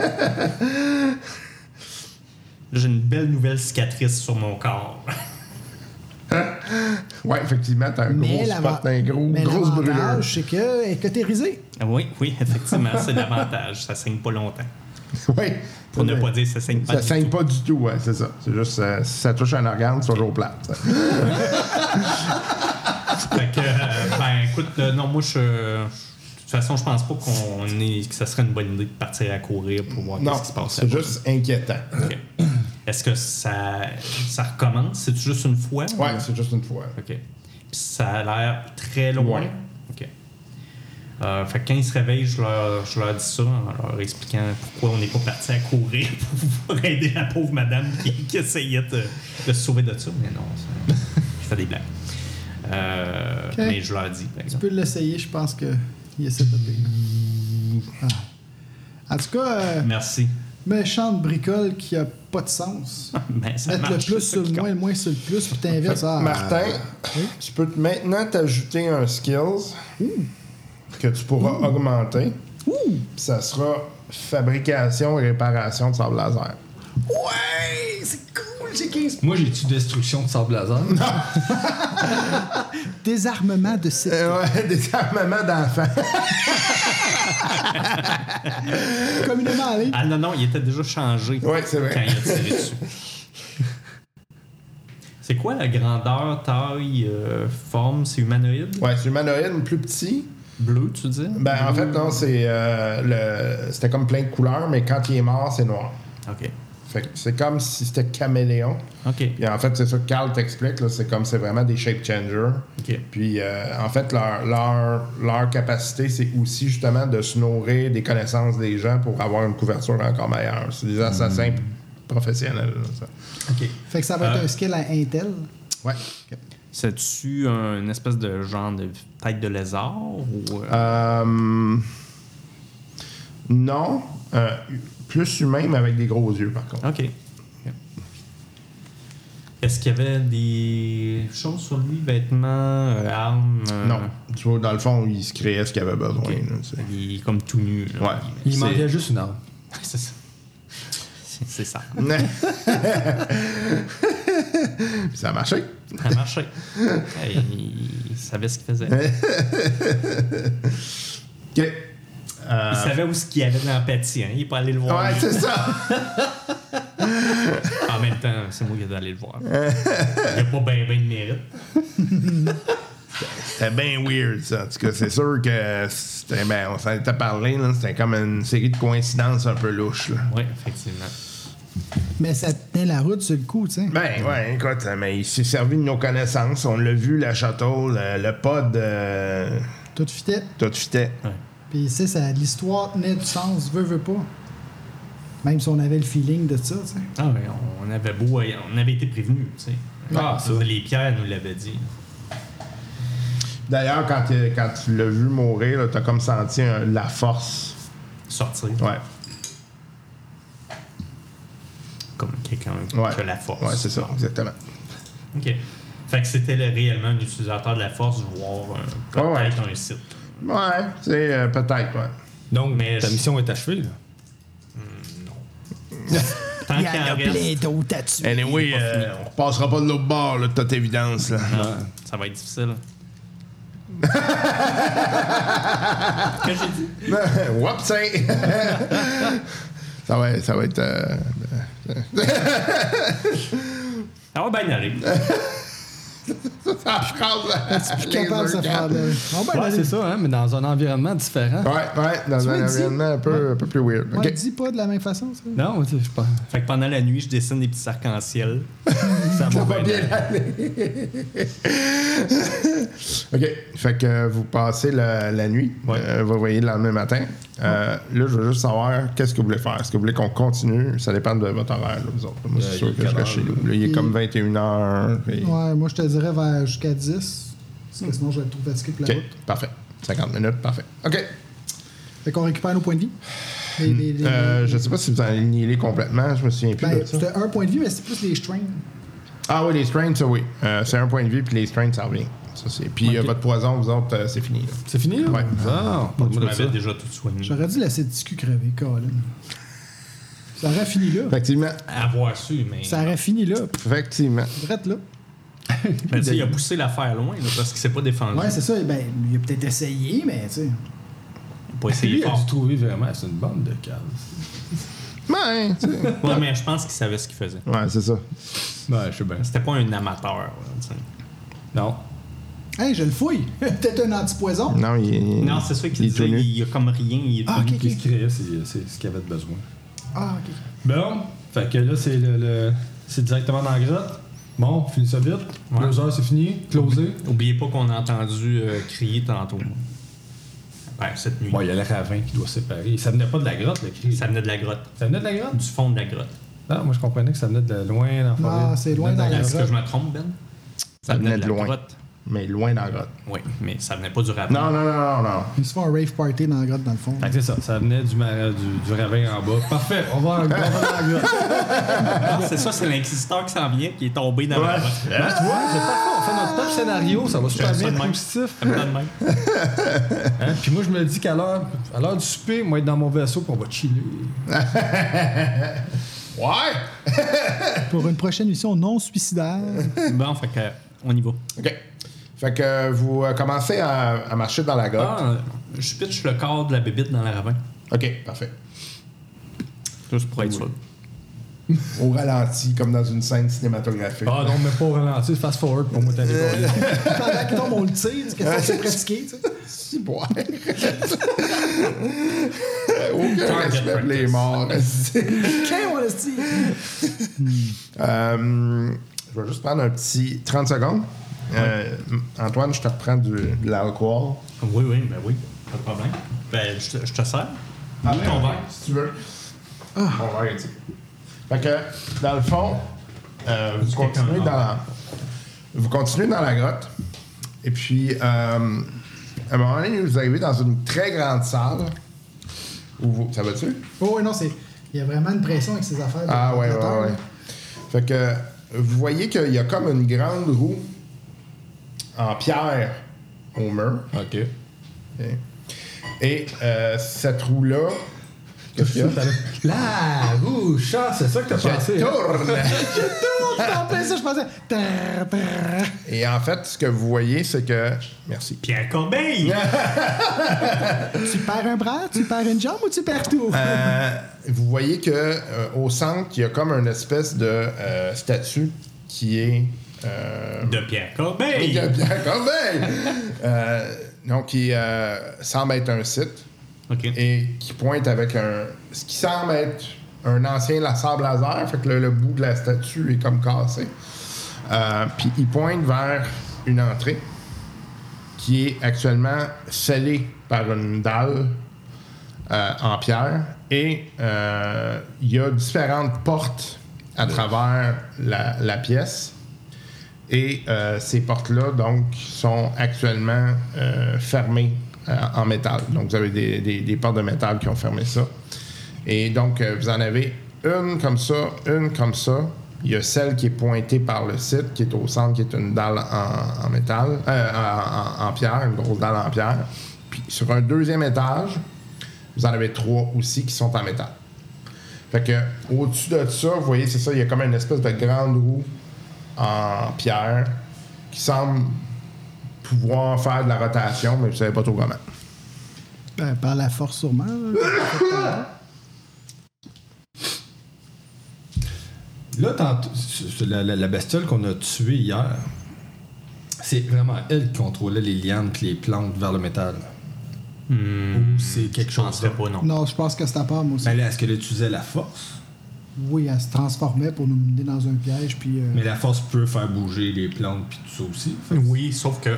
Là, J'ai une belle nouvelle cicatrice sur mon corps. Ouais, effectivement, t'as un gros l'ava- spot, t'as un gros, mais grosse brûlure. l'avantage, c'est qu'elle est cotérisée. Ah Oui, oui, effectivement, c'est l'avantage. Ça saigne pas longtemps. Ouais. Pour ne pas dire que ça saigne pas Ça du saigne tout. pas du tout, ouais, c'est ça. C'est juste, euh, si ça touche un organe, c'est toujours plate. ça. Fait que, euh, ben écoute, euh, non, moi, je. De toute façon, je pense pas qu'on est, que ça serait une bonne idée de partir à courir pour voir Non, ce qui se passe. c'est là-bas. juste inquiétant. Ok. Est-ce que ça, ça recommence? C'est juste une fois? Ouais, c'est juste une fois. OK. Puis ça a l'air très loin. Ouais. OK. Euh, fait que quand ils se réveillent, je leur, je leur dis ça en leur expliquant pourquoi on n'est pas parti à courir pour pouvoir aider la pauvre madame qui, qui essayait de, de se sauver de ça. Mais non, ça- je fais des blagues. Euh, Ok. Mais je leur dis, par Tu exemple. peux l'essayer, je pense que il essaie de te- Ah. En tout cas, euh, Merci. méchante bricole qui a pas de sens. Mais Ben, ça Mettre le marche, plus c'est ça sur qui le compte. moins, le moins sur le plus, puis t'inverses. Ah, Martin, tu peux t- maintenant t'ajouter un skills que tu pourras augmenter. Puis Ça sera fabrication et réparation de sable laser. Ouais, c'est cool, j'ai 15. Moi, j'ai-tu destruction de sable laser? Désarmement de cette. Euh, ouais, des armements d'enfants. Communément allé. Ah non, non, il était déjà changé Ouais, c'est vrai. quand il a tiré dessus. C'est quoi la grandeur, taille, euh, forme? C'est humanoïde? Ouais, c'est humanoïde, plus petit. Bleu, tu dis? Ben, en fait, non, c'est. euh, le- C'était comme plein de couleurs, mais quand il est mort, c'est noir. OK. Fait que c'est comme si c'était caméléon. OK. Puis en fait, c'est ça que Carl t'explique, là, c'est comme c'est vraiment des shape changers. OK. Puis euh, en fait, leur, leur, leur capacité, c'est aussi justement de se nourrir des connaissances des gens pour avoir une couverture encore meilleure. C'est des assassins professionnels. là, ça. OK. Fait que ça va être Ah. Euh. un skill à Intel. Ouais. C'est-tu un- une espèce de genre de tête de lézard ou. euh, Euh, non. Euh, plus humain, mais avec des gros yeux, par contre. OK. OK. Est-ce qu'il y avait des choses sur lui, vêtements, euh, armes euh, Non. Tu vois, dans le fond, il se créait ce qu'il avait besoin. là, c'est- Il est comme tout nu. là. Ouais. Il C'est- manquait juste une arme. C'est ça. C'est c'est ça. Puis ça a marché. Ça marchait. Hey, il savait ce qu'il faisait. Il OK. Euh, savait où ce qu'il y avait de l'empathie. Hein. Il n'est pas allé le voir. ouais, lui. c'est ça. en même temps, c'est moi qui ai allé le voir. Il n'y a pas bien ben de mérite. C'était bien weird, ça. En tout cas, c'est sûr que c'était. Ben, on s'en était parlé, là. C'était comme une série de coïncidences un peu louches, là. Oui, effectivement. Mais ça tenait la route sur le coup, tu sais. Ben, ouais, écoute, mais il s'est servi de nos connaissances. On l'a vu, la château, le, le pod. euh, Tout fitait. tout fitait. Puis, tu sais, ça- l'histoire tenait du sens, veut, veut pas. Même si on avait le feeling de ça, tu sais. Ah oui, on avait beau. euh, On avait été prévenus, tu sais. Ah, ça. Les pierres nous l'avaient dit. D'ailleurs, quand, il- quand tu l'as vu mourir, là, t'as comme senti un- la force. Sortir Ouais. comme quelqu'un Ouais. qui a la force. Ouais, c'est ça, exactement. OK. Fait que c'était le- réellement un utilisateur de la force, voire un- Ouais, peut-être un site. Ouais, c'est euh, peut-être, ouais. Donc, Mais ta je- mission est achevée, là. Tant qu'il en reste, d'autres à tuer. Anyway, euh, on passera pas de l'autre bord, là, de toute évidence, là. ça va être difficile. que j'ai dit? Whoops! ça, va, ça va être. euh, Ça va bien aller. Ah, je pense, Je suis capable de se faire de. Oh, ben, Ouais, allez. c'est ça, hein, mais dans un environnement différent. Ouais, ouais, Tu dans un m'as dit? environnement un peu, un peu plus weird. On Ok. le dit pas de la même façon, ça. Non, tu sais, je pense. Fait que pendant la nuit, je dessine des petits arcs-en-ciel. ça va bien aller. OK. Fait que vous passez la, la nuit. Euh, vous voyez le lendemain matin. Euh, Là, je veux juste savoir qu'est-ce que vous voulez faire. Est-ce que vous voulez qu'on continue? Ça dépend de votre horaire, là, vous autres. Moi, c'est sûr que je reste chez nous. Là, Euh, il est comme 21h. Ouais, moi, je te dirais vers jusqu'à 10. Parce Hmm. que sinon, je vais être trop fatigué pour la OK. route. Parfait. 50 minutes, parfait. OK. Fait qu'on récupère nos points de vie. Les- les- les- Euh, les- je sais pas si vous en annihilez complètement. Je me souviens plus Ben, de ça. c'était un point de vie, mais c'est plus les strings. Ah oui, les strains, ça oui. Euh, c'est un point de vie, puis les strains, ça revient. Ça, c'est... Puis euh, votre poison, vous autres, euh, c'est fini. là. C'est fini, là? Ouais. Ah, Tu parle-moi de ça. m'avais déjà tout soigné. J'aurais dû laisser Ticu crever, Colin. Ça aurait fini là. Effectivement. Avoir su, mais. Ça aurait fini là. Effectivement. Drette là. Mais tu sais, il a poussé l'affaire loin là, parce qu'il s'est pas défendu. Ouais, c'est ça. Ben, il a peut-être essayé, mais tu sais. Il a pas Lui, essayé il a dû fort. trouver vraiment, c'est une bande de caves. Ouais, tu sais. Ouais, mais je pense qu'il savait ce qu'il faisait. ouais, c'est ça. Ouais, Ben, je sais bien. C'était pas un amateur. là, tu sais. Non. Hey, je le fouille. peut-être un antipoison. Non, il, il- Non, c'est ça il qu'il est tout disait. nu. Il y a comme rien. Il est Ah, tout nu. ok, Puis ok. ce qu'il créait, c'est c'est ce qu'il avait de besoin. Ah, ok. Bon, fait que là, c'est le, le- c'est directement dans la grotte. Bon, finis ça vite. Ouais. Deux heures, c'est fini. Closé. Oubliez pas qu'on a entendu euh, crier tantôt. Ouais, cette nuit. Bon, il y a le ravin qui doit séparer. Ça venait pas de la grotte, le cri. Ça venait de la grotte. Ça venait de la grotte? Du fond de la grotte. Non, Ah, moi, je comprenais que ça venait de loin dans la forêt. Non, Ah, c'est loin Ça venait dans de la Est-ce que grotte. je me trompe, Ben? Ça, venait de loin. grotte. Mais loin dans la grotte. Oui, mais ça venait pas du ravin. Non, non, non, non, non. Ils se font un rave party dans la grotte, dans le fond. Fait que c'est ça, ça venait du, ma- du, du ravin en bas. Parfait, on va en on va dans la grotte. Ah, c'est ça, c'est l'inquisiteur qui s'en vient, qui est tombé dans la grotte. Ben, tu vois, c'est parfait, on fait notre top scénario, ça va super ça bien, de même. positif. Comme ça de même. Hein? Puis moi, je me dis qu'à l'heure à l'heure du souper, moi, être dans mon vaisseau, puis on va chiller. Ouais! Pour une prochaine mission non suicidaire. Bon, fait que, on y va. OK. Fait que vous euh, commencez à, à marcher dans la grotte. Ah, je pitche le corps de la bébite dans la ravin. OK, parfait. Juste pour être sûr. Au ralenti, comme dans une scène cinématographique. Ah non, mais pas au ralenti, fast forward pour moi, t'as des Pendant qu'ils tombent, on le tire. C'est Euh, que c'est pratiqué, tu sais. si, boire. Euh, Aucun respect pour les morts. Quand on le tire? Euh, je vais juste prendre un petit 30 secondes. Euh, Antoine, je te reprends du, de l'alcool. Oui, oui, ben oui, pas de problème. Ben, je te, je te sers. Ouvre ton verre. si tu veux. On va arrêter. Fait que, dans le fond, euh, vous, continuez dans la, vous continuez dans la grotte. Et puis, euh, à un moment donné, vous arrivez dans une très grande salle. Où vous, ça va-tu? Oh, ouais, non, c'est. Il y a vraiment une pression avec ces affaires. de Ah ouais, ouais, l'ordinateur, ouais. là. Fait que vous voyez qu'il y a comme une grande roue en pierre au mur. OK. OK. Et euh, cette roue-là, qu'est-ce qu'il y a? La roue, chat, c'est ça que t'as pensé. Elle tourne! Ah, en plein ça, je pensais. Tarr, tarr. Et en fait, ce que vous voyez, c'est que... Merci. Pierre Corbeil! Tu perds un bras, tu perds une jambe ou tu perds tout? Euh, vous voyez que euh, au centre, il y a comme une espèce de euh, statue qui est... euh, De Pierre Il y a Corbeil! Pierre Corbeil! Euh, donc, qui euh, semble être un site Ok. et qui pointe avec un. ce qui semble être un ancien la- sabre laser, fait que le, le bout de la statue est comme cassé. Euh, Puis il pointe vers une entrée qui est actuellement scellée par une dalle euh, en pierre et euh, il y a différentes portes à travers la, la pièce. Et euh, ces portes-là, donc, sont actuellement euh, fermées euh, en métal. Donc, vous avez des, des- des portes de métal qui ont fermé ça. Et donc, euh, vous en avez une comme ça, une comme ça. Il y a celle qui est pointée par le site, qui est au centre, qui est une dalle en, en métal, euh, en, en- en pierre, une grosse dalle en pierre. Puis sur un deuxième étage, vous en avez trois aussi qui sont en métal. Fait que au-dessus de ça, vous voyez, c'est ça, il y a comme une espèce de grande roue en pierre qui semble pouvoir faire de la rotation, mais vous savez pas trop comment. Ben, par la force, sûrement. là. Là, tantôt, c'est- c'est la, la- la bestiole qu'on a tuée hier, c'est vraiment elle qui contrôlait les lianes et les plantes vers le métal. Ou c'est quelque Je chose penserais d'autre. pas, non. Non, je pense que c'est à part, moi aussi. Ben. Mais là, est-ce qu'elle utilisait la force? Oui, elle se transformait pour nous mener dans un piège, puis. euh, Mais la force peut faire bouger les plantes puis tout ça aussi. Fait que- Oui, sauf que.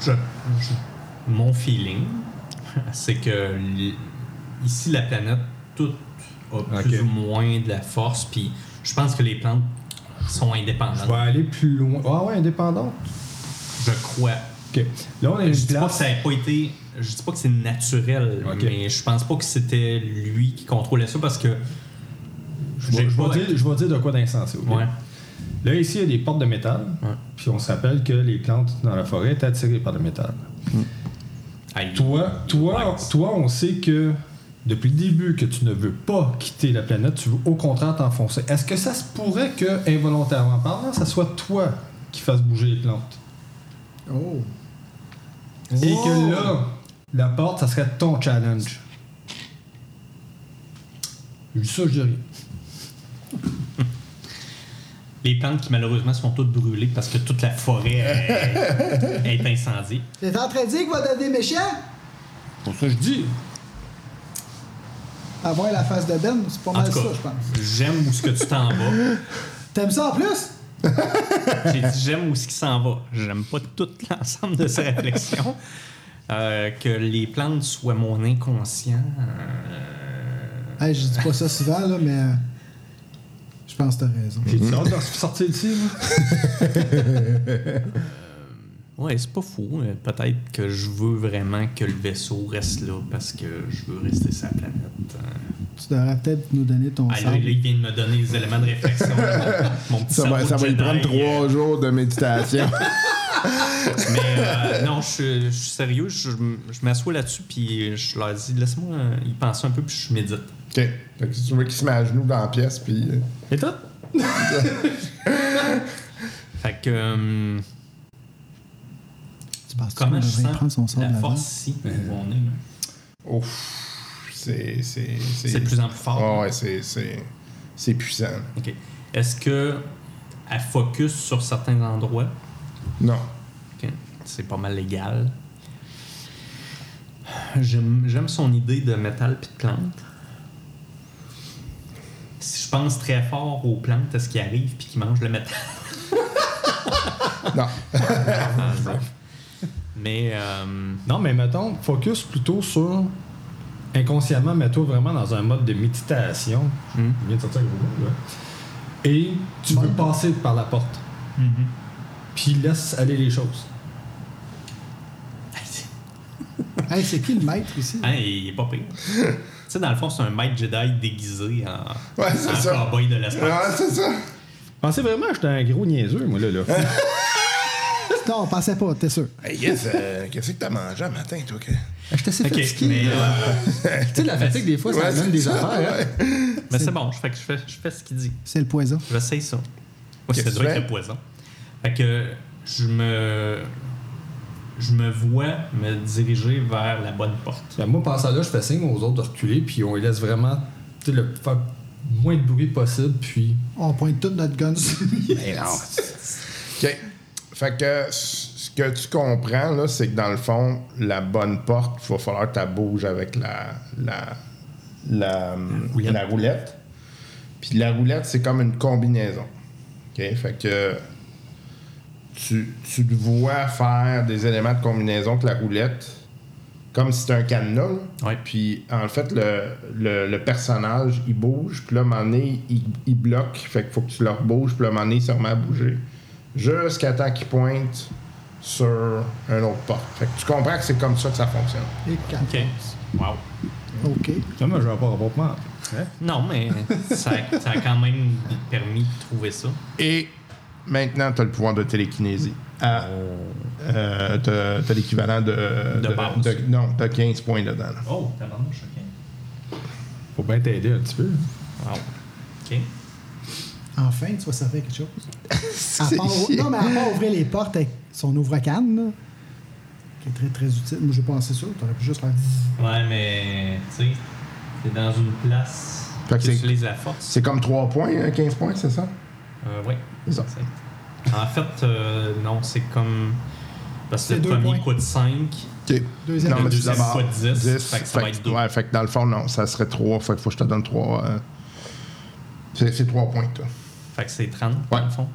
Je, je- mon feeling, c'est que li- ici, la planète, toute a plus Ok. ou moins de la force, puis je pense que les plantes sont Je indépendantes. vais aller plus loin. Ah ouais, indépendante. Je crois. OK. Là, on a une Je dis pas que place. ça n'a pas été. Je dis pas que c'est naturel, Ok. mais je pense pas que c'était lui qui contrôlait ça parce que. Je vais, je vais dire, je vais dire de quoi d'insensé. ok? Ouais. Là, ici, il y a des portes de métal. Puis on se rappelle que les plantes dans la forêt étaient attirées par le métal. Aïe. Toi, toi, Ouais. toi, on sait que depuis le début que tu ne veux pas quitter la planète, tu veux au contraire t'enfoncer. Est-ce que ça se pourrait que, involontairement parlant, ça soit toi qui fasse bouger les plantes? Oh! Et que là, la porte, ça serait ton challenge. Ça, je dis rien. Les plantes qui malheureusement sont toutes brûlées parce que toute la forêt est, est incendiée. T'es en train de dire qu'il va devenir méchant? Pour ça, je dis. avoir la face de Ben, c'est pas En mal tout ça, cas, je pense. j'aime où ce que tu t'en vas. T'aimes ça en plus? J'ai dit j'aime où ce qui s'en va. J'aime pas tout l'ensemble de ces réflexions. Euh, que les plantes soient mon inconscient. euh, Hey, je dis pas ça souvent, là, mais euh, je pense que t'as raison. J'ai hâte de sortir d'ici, moi. Ouais, c'est pas fou. Euh, Peut-être que je veux vraiment que le vaisseau reste là parce que je veux rester sur la planète. Euh, Tu devrais peut-être nous donner ton ah, là, sable. là, il vient de me donner les éléments de réflexion. mon, mon petit Ça va, cerveau ça de va lui Jedi, prendre euh, trois jours de méditation. Mais euh, non, je suis- je suis sérieux. Je, je m'assois là-dessus puis je leur dis laisse-moi y penser un peu puis je médite. OK. Fait que tu veux qu'il se met à genoux dans la pièce, puis... euh, Et toi? fait que. euh, Tu penses comment qu'on je devrait sens prendre son sable la avant? force ici où on est, là? Ouf. C'est... C'est C'est de plus en plus fort. Ah ouais, c'est... c'est- C'est puissant. OK. Est-ce que elle focus sur certains endroits? Non. OK. C'est pas mal légal. J'aime j'aime son idée de métal puis de plante. Si je pense très fort aux plantes, est-ce qu'ils arrivent puis qu'ils mangent le métal? Non. Mais euh, Non, mais mettons, focus plutôt sur. Inconsciemment, mets-toi vraiment dans un mode de méditation. Je viens de sortir avec vous, là. Et tu veux passer par la porte. Mm-hmm. Puis laisse aller les choses. Hey, c'est qui le maître ici? Hein, il il est pas pire. tu sais, dans le fond, c'est un maître Jedi déguisé en, Ouais, c'est en ça. cowboy de l'espace. Ah, c'est ça. Pensez vraiment que j'étais un gros niaiseux, moi, là. là. Non, on pensait pas, t'es sûr. Hey, yes, euh, qu'est-ce que t'as mangé un matin, toi? que- J'étais assez Ok, mais, euh, Tu sais, la fatigue, des fois, ça Ouais, donne c'est des ça, affaires. hein. mais c'est bon, je fais, que je fais, je fais ce qu'il dit. C'est le poison. J'essaye ça. Ouais, Qu'est-ce ça que doit tu être fais? le poison. Fait que je me. Je me vois me diriger vers la bonne porte. Ben, moi, pensant là, je fais signe aux autres de reculer, puis on les laisse vraiment tu sais, le, faire moins de bruit possible, puis. On pointe toute notre gun sur lui. Ben non. OK. Fait que c- ce que tu comprends, là, c'est que dans le fond, la bonne porte, il va falloir que tu bouges avec la, la, la, roulette. la roulette. Puis la roulette, c'est comme une combinaison. OK? Fait que tu, tu te vois faire des éléments de combinaison que la roulette, comme si c'était un cadenas. là. Ouais. Puis en fait, le, le, le personnage, il bouge. Puis là, à un moment donné, il, il bloque. Fait qu'il faut que tu le rebouges. Puis là, à un moment donné, il se remet à bouger. Jusqu'à temps qu'il pointe sur un autre porte. Fait que tu comprends que c'est comme ça que ça fonctionne. Et quatre. Ok. Wow. OK. Moi, je vais pas rapport moi. Non, mais ça, ça a quand même permis de trouver ça. Et maintenant, tu as le pouvoir de télékinésie. À, euh, t'as- t'as l'équivalent de, De base. Non, t'as 15 points dedans. là. Oh, tabarnouche, ok. Faut bien t'aider un petit peu. Wow. Ok. Enfin, tu vas servir à quelque chose. À part- non, mais à part ouvrir les portes avec son ouvre-canne, là, qui est très, très utile. Moi, j'ai pensé ça. T'aurais pu juste faire... Ouais, mais tu sais, t'es dans une place Fait que qui c'est- utilise la force. C'est comme 3 points, hein, 15 points, c'est ça? Euh, ouais. C'est ça. Exact. En fait, euh, non, c'est comme. Parce que C'est le deux premier points. coûte 5. OK. Deuxième non, mais deuxième d'abord fois 10, fait que ça fait, va être deux. ouais, fait que dans le fond, non, ça serait 3. Fait que faut que je te donne 3. C'est 3 points, toi. Fait que c'est 30, dans Ouais. le fond.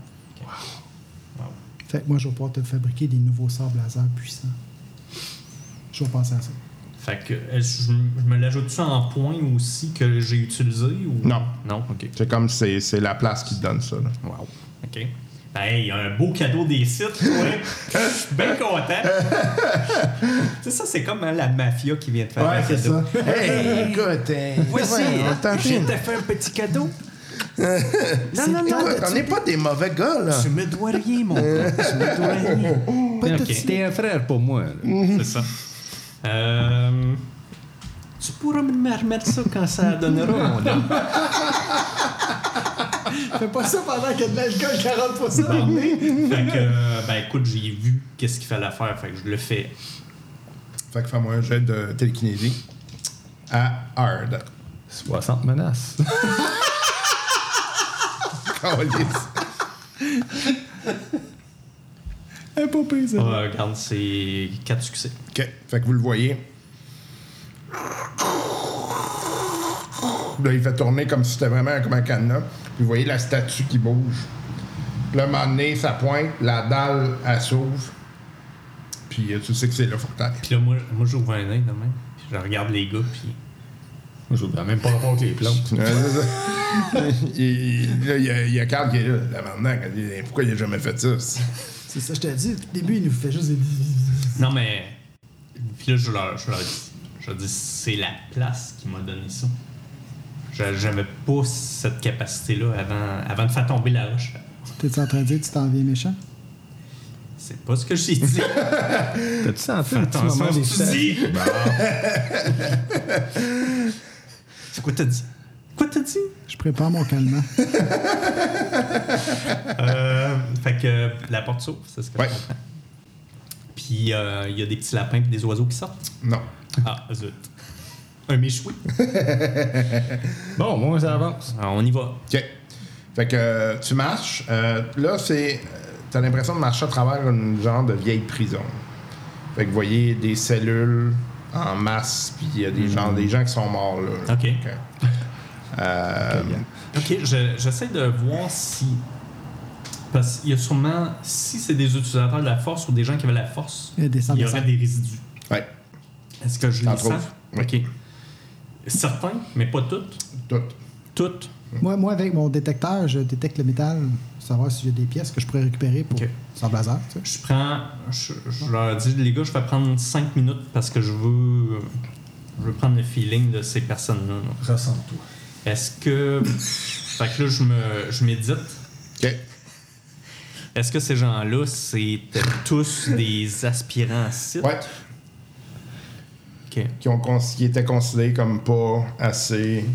Fait que moi, je vais pouvoir te fabriquer des nouveaux sables laser puissants. Je vais penser à ça. Fait que est-ce que je, je me l'ajoute-tu en point aussi que j'ai utilisé ou. Non. Non, ok. C'est comme c'est c'est la place qui te donne ça. là. Wow. Ok. Ben, hey, il y a un beau cadeau des sites, ouais. Je suis bien content. tu sais, ça, c'est comme hein, la mafia qui vient de faire un cadeau. hey, écoute, hein, Voici, ouais, hein, on t'en je filme. t'ai fait un petit cadeau. non, non, non, Écoute, on n'est pas des mauvais gars, là. tu me dois rien, mon gars. Tu me dois rien. Pas Ok. tout de suite. Ben, T'es un frère pour moi. là. C'est ça. Euh, tu pourras me remettre ça quand ça donnera, mon homme. Fais pas ça pendant qu'il y a de l'alcool 40%. Bon. fait que, euh, ben écoute, j'ai vu qu'est-ce qu'il fallait faire, fait que je le fais. Fait que fais-moi un jet de télékinésie à hard. 60 menaces. Ah, regarde, c'est quatre succès. OK. Fait que vous le voyez. Là, il fait tourner comme si c'était vraiment comme un cadenas. Puis vous voyez la statue qui bouge. Puis là, à un moment donné, ça pointe, la dalle, elle s'ouvre. Puis euh, tu sais que c'est le fortail. Puis là, moi, moi j'ouvre un œil de même. Puis je regarde les gars, puis. Moi, j'ouvre même pas rapport avec les plombs. Ouais, c'est ça. il, il- là, il y a- il y a Carl qui est là, là maintenant. qui dit, Pourquoi il a jamais fait ça? ça? C'est ça, je te dis. Au début, il nous fait juste des. Non, mais. Puis là, je leur, je leur dis, je leur dis, c'est la place qui m'a donné ça. Je- J'avais pas cette capacité-là avant, avant de faire tomber la roche. T'es-tu en train de dire que tu t'en viens méchant? C'est pas ce que j'ai dit. T'as-tu senti un petit Attention moment à ce des que tu dis. C'est quoi t'as dit? Quoi t'as dit? Je prépare mon calmant. Euh, fait que euh, la porte s'ouvre, c'est ce que Ouais. je comprends. Puis euh, il y a des petits lapins et des oiseaux qui sortent. Non. Ah, zut. Un méchoui. Bon, moi, ça avance. Ah, on y va. OK. Fait que euh, tu marches. euh, là, c'est. euh, T'as l'impression de marcher à travers une genre de vieille prison. Fait que vous voyez des cellules en masse, puis il y a des, gens, des gens qui sont morts, là. Mm. OK. OK. Euh, Ok, je- j'essaie de voir si. Parce qu'il y a sûrement. Si c'est des utilisateurs de la force ou des gens qui avaient la force, Et il descendre y la aurait salle. des résidus. ouais, Est-ce que je T'en les sens? trouves? Oui. Ok. Certains, mais pas toutes. tout. Toutes. Moi, moi, avec mon détecteur, je détecte le métal, savoir si j'ai des pièces que je pourrais récupérer pour Ok. sans blazer. tu sais. Je prends. Je, je leur dis, les gars, je vais prendre 5 minutes parce que je veux. Je veux prendre le feeling de ces personnes-là. là. Ressens-toi. Est-ce que. fait que là, je, me, je médite. OK. Est-ce que ces gens-là, c'était tous des aspirants à site? Ouais. Ok. Qui, ont, cons- qui étaient considérés comme pas assez.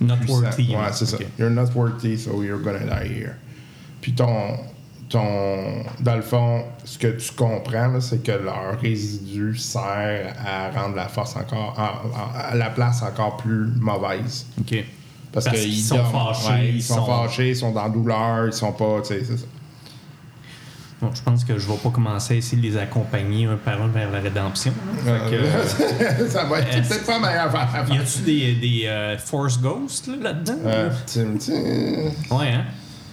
Not puissants. worthy. Ouais, c'est Ok. ça. You're not worthy, so you're gonna die here. Puis ton. ton dans le fond, ce que tu comprends, là, c'est que leur résidu sert à rendre la force encore. à- à- à la place encore plus mauvaise. OK. Parce, Parce que qu'ils ils sont dorment. fâchés, Ouais, ils ils sont, sont- fâchés, ils sont dans la douleur, ils sont pas. Tu sais, c'est ça. Bon, je pense que je vais pas commencer à essayer de les accompagner un par un vers la rédemption. là. Fait que, ça va être Est-ce- peut-être pas meilleur affaire à y faire. a-tu des, des euh, Force Ghosts là, là-dedans? Euh, tu- tu- Ouais, hein?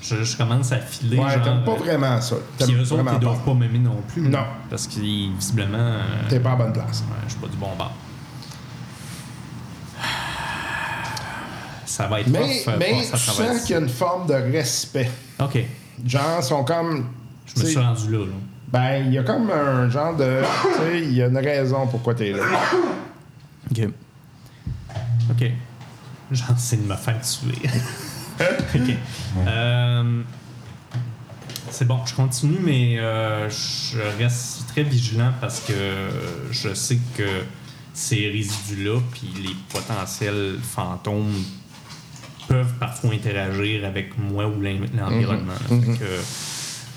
Je, je commence à filer. Ouais, genre, t'aimes pas euh, vraiment ça. Puis T'aimes eux autres, vraiment ils pas. doivent pas m'aimer non plus. hein. Non. Parce qu'ils, visiblement, euh, T'es pas à bonne place. ouais, je suis pas du bon bord. Ça va être Mais, rough, euh, mais passer à tu travers sens ça. qu'il y a une forme de respect. OK. Genre, ils sont comme. Je me tu sais, suis rendu là. là. Ben, il y a comme un genre de. tu sais, il y a une raison pourquoi t'es là. OK. OK. J'essaie de me faire tuer. OK. Euh, c'est bon, je continue, mais euh, je reste très vigilant parce que je sais que ces résidus-là, puis les potentiels fantômes peuvent parfois interagir avec moi ou l'en- l'environnement. là. Fait que,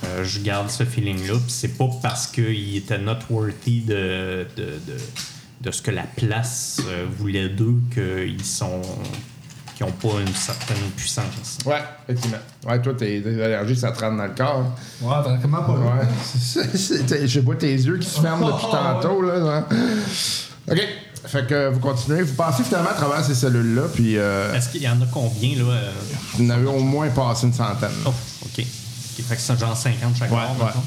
euh, je garde ce feeling-là. Puis c'est pas parce qu'il était not worthy de, de, de- de ce que la place euh, voulait d'eux qu'ils sont qu'ils n'ont pas une certaine puissance. Ouais, effectivement. Ouais, toi, tes tes allergies, ça te rentre dans le corps. Ouais, vraiment pas. Ouais. C'est- c'est- t'es- Je vois tes yeux qui se ferment depuis tantôt, là. hein. OK. Fait que vous continuez. Vous passez finalement à travers ces cellules-là, puis euh, Est-ce qu'il y en a combien, là? euh? vous en avez au moins passé une centaine. Oh, OK. OK, Fait que c'est genre 50 chaque Ouais, bord, ouais. mettons.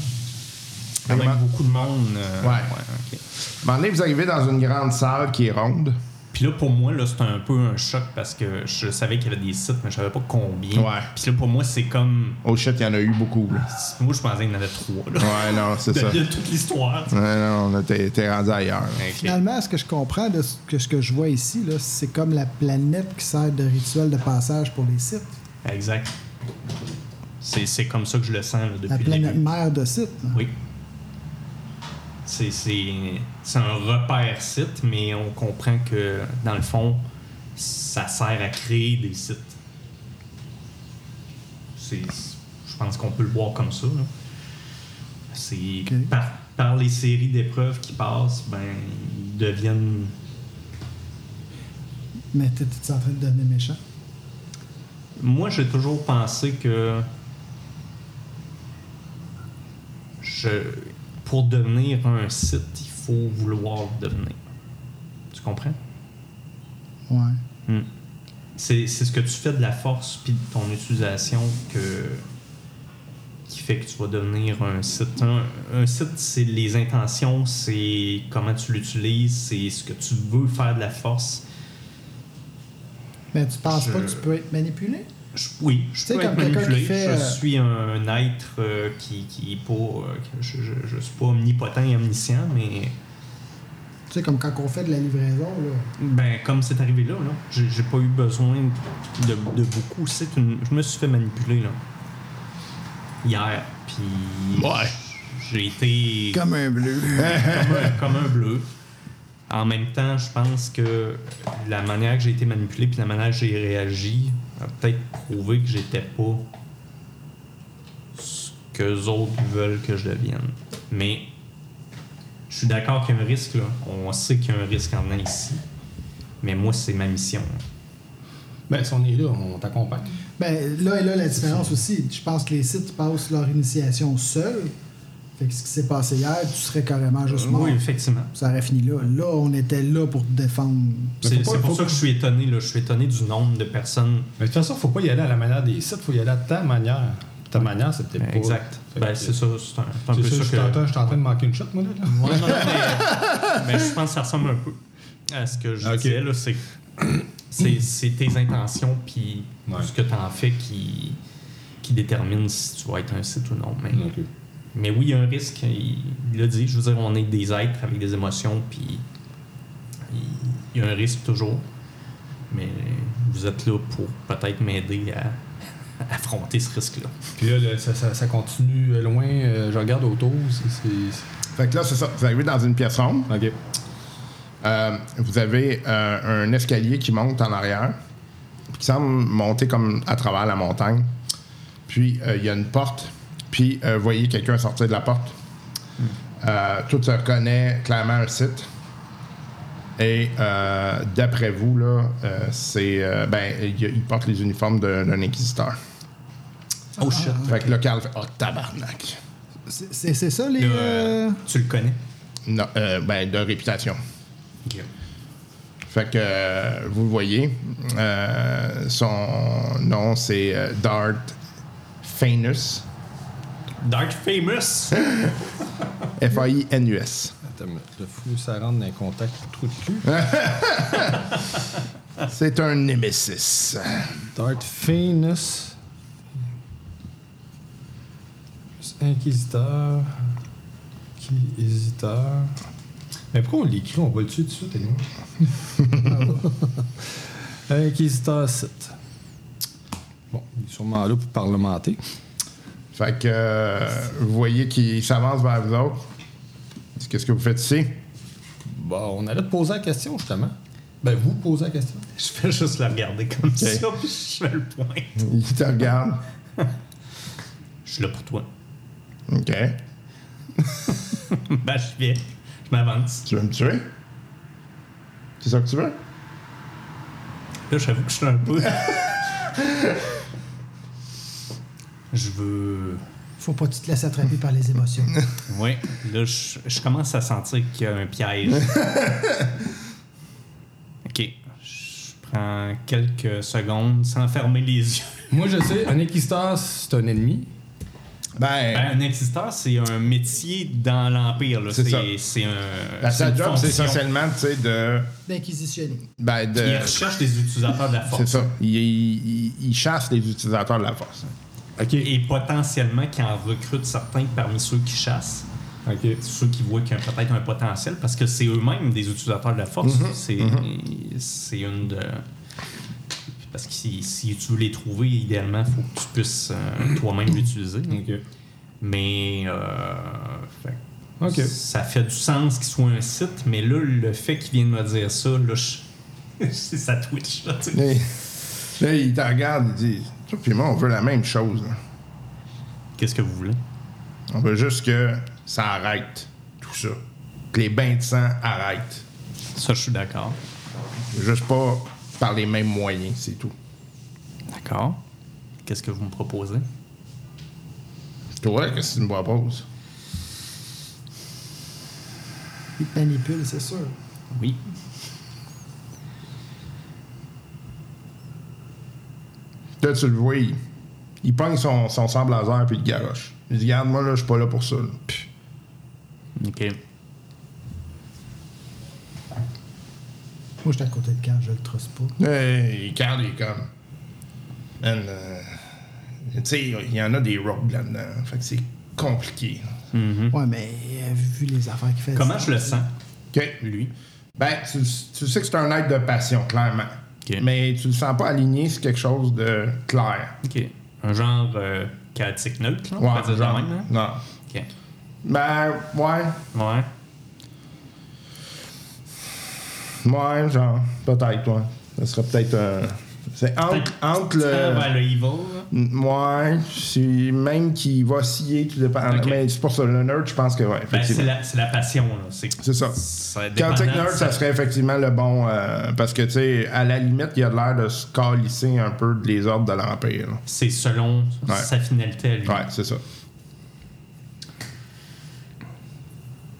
Quand même Vraiment. beaucoup de monde. euh, Ouais. OK. À un moment donné, vous arrivez dans une grande salle qui est ronde. Puis là, pour moi, là, c'était un peu un choc parce que je savais qu'il y avait des sites, mais je savais pas combien. Ouais. Puis là, pour moi, c'est comme. Oh shit, il y en a eu beaucoup, là. Moi, je pensais qu'il y en avait trois, là. Ouais, non, c'est ça. De, de toute l'histoire. Ouais, non, là, t'es t'es rendu ailleurs. là. Ok. Finalement, ce que je comprends de ce que, ce que je vois ici, là, c'est comme la planète qui sert de rituel de passage pour les sites. Exact. C'est c'est comme ça que je le sens là, depuis La le planète début. mère de sites. là. Oui. C'est c'est- c'est un repère site, mais on comprend que, dans le fond, ça sert à créer des sites. C'est- Je pense qu'on peut le voir comme ça. là. C'est Ok. par, par les séries d'épreuves qui passent, ben, ils deviennent Mais t'es t'es en train de devenir méchant. Moi, j'ai toujours pensé que je, pour devenir un site, il faut vouloir le devenir. Tu comprends? Ouais. C'est c'est ce que tu fais de la force puis de ton utilisation que qui fait que tu vas devenir un site. Un, un site, c'est les intentions, c'est comment tu l'utilises, c'est ce que tu veux faire de la force. Mais tu penses pas que Je- tu peux être manipulé? Je- oui, je sais, peux comme être quelqu'un qui manipulé. fait, je euh, suis un être euh, qui, qui est pas. euh, je, je, je suis pas omnipotent et omniscient, mais. Tu sais, comme quand on fait de la livraison, là. Ben, comme c'est arrivé là, là j'ai j'ai pas eu besoin de, de beaucoup. C'est une, je me suis fait manipuler, là. Hier. Puis. Ouais. J'ai été. Comme un bleu. comme un- comme un bleu. En même temps, je pense que la manière que j'ai été manipulé puis la manière que j'ai réagi a peut-être prouvé que j'étais pas ce qu'eux autres veulent que je devienne. Mais je suis d'accord qu'il y a un risque, là. On sait qu'il y a un risque en venant ici. Mais moi, c'est ma mission. Ben, si on est là, on t'accompagne. Ben, là et là, la différence aussi. Je pense que les sites passent leur initiation seuls. Fait que ce qui s'est passé hier, tu serais carrément juste mort. Euh, Oui, effectivement. Ça aurait fini là. Là, on était là pour te défendre. C'est faut pas- c'est faut pour pas- ça que je suis étonné, là. Je suis étonné du nombre de personnes. Mais de toute façon, faut pas y aller à la manière des sites, faut y aller à ta manière. Ta manière, c'est peut-être pas. Exact. Fait Ben, que- c'est ça. C'est un, c'est un C'est ça, peu ça je que... suis en train- je suis en train de manquer une shot, moi, là. Ouais, non, non, mais, mais je pense que ça ressemble un peu à ce que je Ok. disais. Là, c'est, c'est, c'est tes intentions puis Ouais. ce que tu en fais qui, qui détermine si tu vas être un site ou non. Mais, mais oui, il y a un risque. Il il l'a dit. Je veux dire, on est des êtres avec des émotions puis il il y a un risque toujours. Mais vous êtes là pour peut-être m'aider à- à affronter ce risque-là. Puis là, le- ça, ça- ça continue loin. euh, je regarde autour. c'est- c'est- Fait que là, c'est ça. Vous arrivez dans une pièce ronde. OK. Euh, vous avez euh, un escalier qui monte en arrière, puis qui semble monter comme à travers la montagne. Puis euh, il y a une porte, puis euh, vous voyez quelqu'un sortir de la porte. Euh, tout se reconnaît clairement un site. Et euh, d'après vous, là, euh, c'est. euh, ben, il y a- il porte les uniformes de- d'un inquisiteur. Oh shit. Fait que le Carl fait Oh, tabarnak! C'est- C'est c'est ça, les. euh, tu le connais. Non, euh, ben, de réputation. Fait que euh, vous le voyez, euh, son nom c'est euh, Dart Fainus, Dark Famous. F-A-I-N-U-S. Attends, une minute, là, faut que ça rentre dans les contacts pour trou de cul. C'est un Némésis. Dart Phoenix. Inquisiteur. Inquisiteur. Mais pourquoi on l'écrit On va le tuer tout de suite, Éléon. Ah ouais. Inquisiteur 7. Bon, il est sûrement là pour parlementer. Fait que euh, vous voyez qu'il s'avance vers vous autres. Il dit, Qu'est-ce que vous faites ici? Bon, on allait te poser la question, justement. Ben, vous posez la question. Je fais juste la regarder comme ça, puis je fais le point. Il te regarde. Je suis là pour toi. OK. ben, je viens. Je m'avance. Tu veux me tuer? C'est ça que tu veux? Là, j'avoue que je suis un peu. je veux. Faut pas que tu te laisses attraper par les émotions. Ouais. Là, je, je commence à sentir qu'il y a un piège. ok. Je prends quelques secondes sans fermer les yeux. Moi, je sais, un inquisiteur, c'est un ennemi. Ben, Ben, un inquisiteur, c'est un métier dans l'Empire. là. C'est ça. C'est c'est un. la ben, c'est une salle job, c'est fonction. essentiellement, tu sais, de. D'inquisitionner. Ben, de. Il recherche des utilisateurs de la C'est force. ça. Il, il- il chasse les utilisateurs de la force. Et potentiellement qui en recrute certains parmi ceux qui chassent. OK. Ceux qui voient qu'il y a peut-être un potentiel, parce que c'est eux-mêmes des utilisateurs de la force. Mhm. C'est c'est une de. Parce que si, si tu veux les trouver, idéalement, il faut que tu puisses euh, toi-même l'utiliser. OK. Mais. euh, fait que OK. Ça fait du sens qu'il soit un site, mais là, le fait qu'il vienne me dire ça, là, je- c'est sa Twitch. Là, tu sais. Là, il- là, il te regarde, il dit Toi puis moi, on veut la même chose. là. Qu'est-ce que vous voulez? On veut juste que ça arrête, tout ça. Que les bains de sang arrêtent. Ça, je suis d'accord. Juste pas par les mêmes moyens, c'est tout. D'accord. Qu'est-ce que vous me proposez? Toi, qu'est-ce que tu me proposes Ils te manipulent, c'est sûr. Oui. Là, tu le vois, il, il pogne son, son sable laser puis il garoche. Il dit Garde, moi, là, je suis pas là pour ça. là. Puis, Ok. Moi, j'étais à côté de Carl, je le trosse pas. Hey, Carl, il est comme. Man, euh, tu sais, il y en a des rogues là-dedans. hein. Fait que c'est compliqué. Ouais, mais euh, vu les affaires qu'il fait. Hmm. Comment je le sens OK. Lui. Ben, tu, tu sais que c'est un être de passion, clairement. OK. Mais tu le sens pas aligné sur quelque chose de clair. Ok. Un genre euh, chaotique neutre, là, on Ouais, peut dire de genre, même, là. Non. Ok. Ben, ouais. Ouais. Ouais, genre, peut-être, ouais. Ça serait peut-être. euh, c'est entre, Peut-être entre Euh, le. ben, le evil, là. Ouais, c'est même qui va osciller, tout dépend. Ok. Mais c'est pour ça, le nerd, je pense que, ouais, Ben, c'est effectivement. la, c'est la passion, là. C'est c'est ça. ça dépendant Quantic de Nerd, sa- ça serait effectivement le bon. euh, parce que, tu sais, à la limite, il a l'air de se calisser un peu des ordres de l'Empire. là. C'est selon Ouais. sa finalité à lui. Ouais, c'est ça.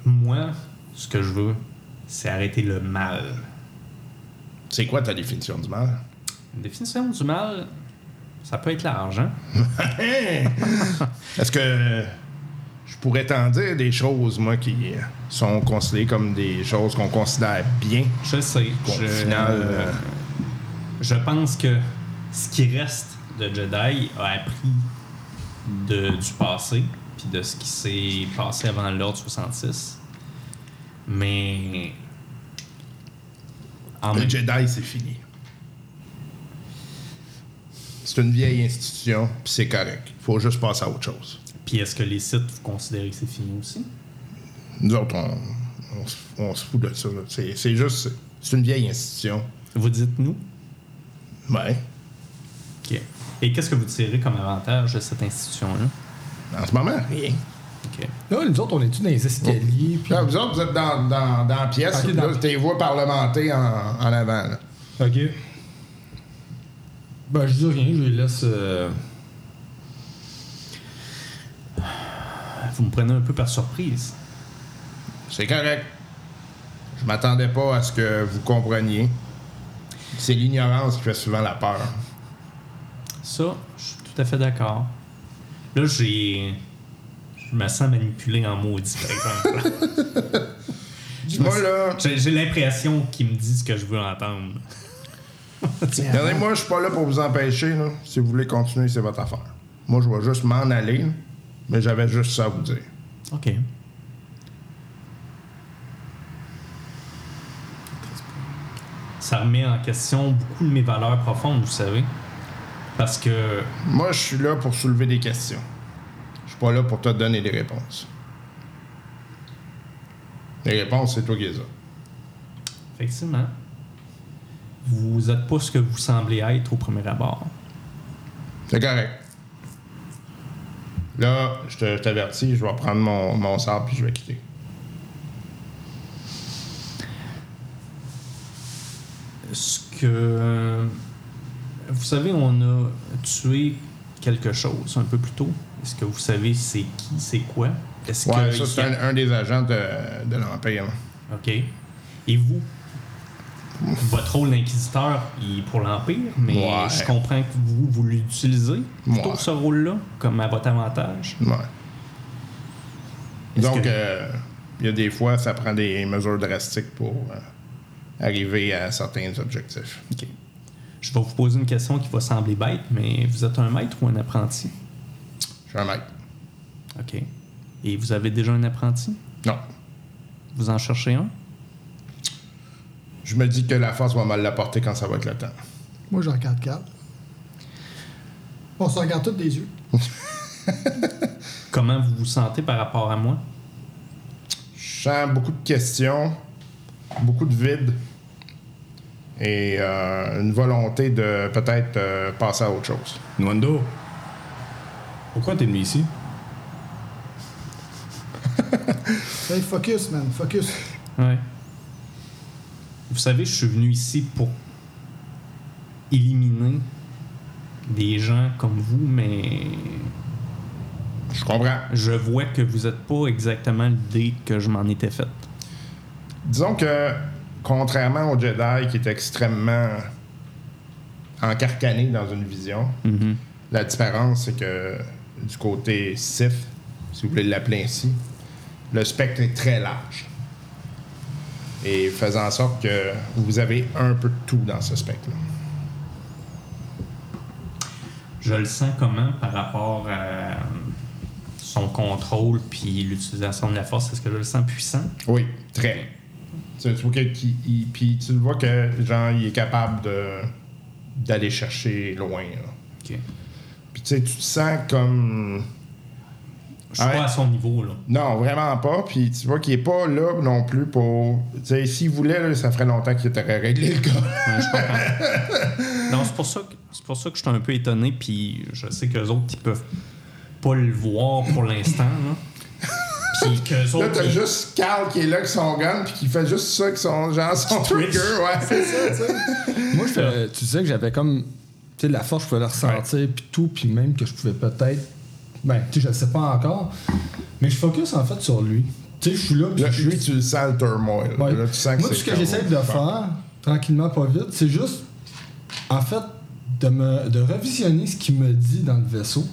Moi, ce que je veux, c'est arrêter le mal. C'est quoi ta définition du mal? Une définition du mal, ça peut être large, hein? Est-ce que je pourrais t'en dire des choses, moi, qui sont considérées comme des choses qu'on considère bien? Je sais. Bon, je, au final, euh, je pense que ce qui reste de Jedi a appris de- du passé, puis de ce qui s'est passé avant l'ordre 66. Mais. En le même- Jedi, c'est fini. C'est une vieille institution, puis c'est correct. Faut juste passer à autre chose. Puis est-ce que les sites, vous considérez que c'est fini aussi? Nous autres, on, on s- on se fout de ça. là. C'est c'est juste. C'est une vieille institution. Vous dites nous? Ouais. OK. Et qu'est-ce que vous tirez comme avantage de cette institution-là? En ce moment, rien. OK. Là, nous autres, on est-tu dans les escaliers? puis- Là, Ah, vous autres, vous êtes dans, dans, dans la pièce, Ok, puis dans- là, t'es voix parlementées en, en avant. là. Ok. Ben, je dis rien, je les laisse. euh, Vous me prenez un peu par surprise. C'est correct. Je m'attendais pas à ce que vous compreniez. C'est l'ignorance qui fait souvent la peur. Ça, je suis tout à fait d'accord. Là, j'ai. Je me sens manipulé en maudit, par exemple. Moi, là, j'ai j'ai l'impression qu'il me dit ce que je veux entendre. Mais regardez, avant- moi, je suis pas là pour vous empêcher. là. Si vous voulez continuer, c'est votre affaire. Moi, je vais juste m'en aller, là, mais j'avais juste ça à vous dire. OK. Ça remet en question beaucoup de mes valeurs profondes, vous savez. Parce que Moi, je suis là pour soulever des questions. Je suis pas là pour te donner des réponses. Les réponses, c'est toi qui les as. Effectivement. Vous êtes pas ce que vous semblez être au premier abord. C'est correct. Là, je te- je t'avertis, je vais prendre mon, mon sable puis je vais quitter. Ce que. euh, Vous savez, on a tué quelque chose un peu plus tôt. Est-ce que vous savez c'est qui, c'est quoi? Est-ce Ouais, ça, que. c'est un, un des agents de, de l'Empire. OK. Et vous? Votre rôle d'inquisiteur il est pour l'Empire, mais Ouais. je comprends que vous, vous l'utilisez plutôt Ouais. ce rôle-là comme à votre avantage. Ouais. Est-ce Donc, que- euh, il y a des fois, ça prend des mesures drastiques pour euh, arriver à certains objectifs. OK. Je vais vous poser une question qui va sembler bête, mais vous êtes un maître ou un apprenti? Je suis un mec. OK. Et vous avez déjà un apprenti? Non. Vous en cherchez un? Je me dis que la force va mal l'apporter quand ça va être le temps. Moi, je regarde Carl. On se regarde tous des yeux. Comment vous vous sentez par rapport à moi? Je sens beaucoup de questions, beaucoup de vide et euh, une volonté de peut-être euh, passer à autre chose. Nwando, pourquoi t'es venu ici? Hey, focus, man, focus. Ouais. Vous savez, je suis venu ici pour éliminer des gens comme vous, mais Je comprends. je vois que vous n'êtes pas exactement l'idée que je m'en étais faite. Disons que, contrairement au Jedi qui est extrêmement encarcané dans une vision. La différence, c'est que du côté SIF, si vous voulez l'appeler ainsi, le spectre est très large. Et faisant en sorte que vous avez un peu de tout dans ce spectre-là. Je le sens comment par rapport à son contrôle puis l'utilisation de la force? Est-ce que je le sens puissant? Oui, très. Tu, tu vois que- qu'il- il- puis tu le vois que genre il est capable de d'aller chercher loin. là. Ok. Puis tu sais, tu te sens comme Je suis Ouais. pas à son niveau, là. non, vraiment pas. Puis tu vois qu'il est pas là non plus pour. Tu sais, s'il voulait, là, ça ferait longtemps qu'il aurait réglé le cas. Ouais, je comprends. non, c'est pour ça que c'est pour ça que je suis un peu étonné, puis je sais que les autres ils peuvent pas le voir pour l'instant, là. Puis que les Là, autres t'as ils- juste Carl qui est là avec son gun, puis qui fait juste ça avec son genre son Twitch. trigger, ouais. Moi, je fais- tu sais que j'avais comme. Tu sais, la force, je pouvais la ressentir, puis tout, puis même que je pouvais peut-être. Ben, tu sais, je le sais pas encore. Mais je focus en fait sur lui. Tu sais, je suis là, puis Là, je suis. lui, tu le sens le turmoil. Ouais. Là, tu sens que Moi, tout c'est ce que comme- j'essaie de faire, tranquillement, pas vite, c'est juste, en fait, de, me, de revisionner ce qu'il me dit dans le vaisseau,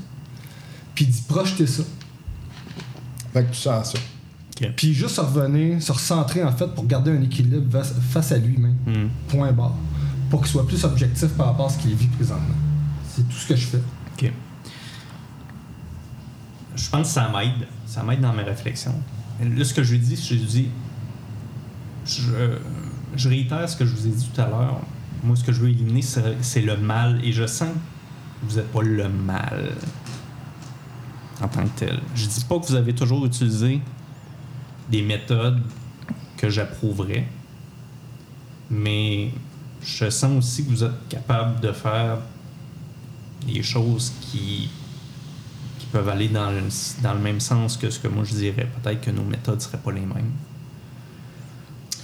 puis d'y projeter ça. Fait que tu sens ça. Puis juste se revenir, se recentrer, en fait, pour garder un équilibre vas- face à lui-même. Point barre. Pour qu'il soit plus objectif par rapport à ce qu'il vit présentement. C'est tout ce que je fais. Ok. Je pense que ça m'aide. Ça m'aide dans mes réflexions. Là, ce que je lui dis, je lui dis. Je, je réitère ce que je vous ai dit tout à l'heure. Moi, ce que je veux éliminer, c'est c'est le mal. Et je sens que vous n'êtes pas le mal en tant que tel. Je dis pas que vous avez toujours utilisé des méthodes que j'approuverais, mais je sens aussi que vous êtes capable de faire des choses qui, qui peuvent aller dans le, dans le même sens que ce que moi je dirais. Peut-être que nos méthodes seraient pas les mêmes.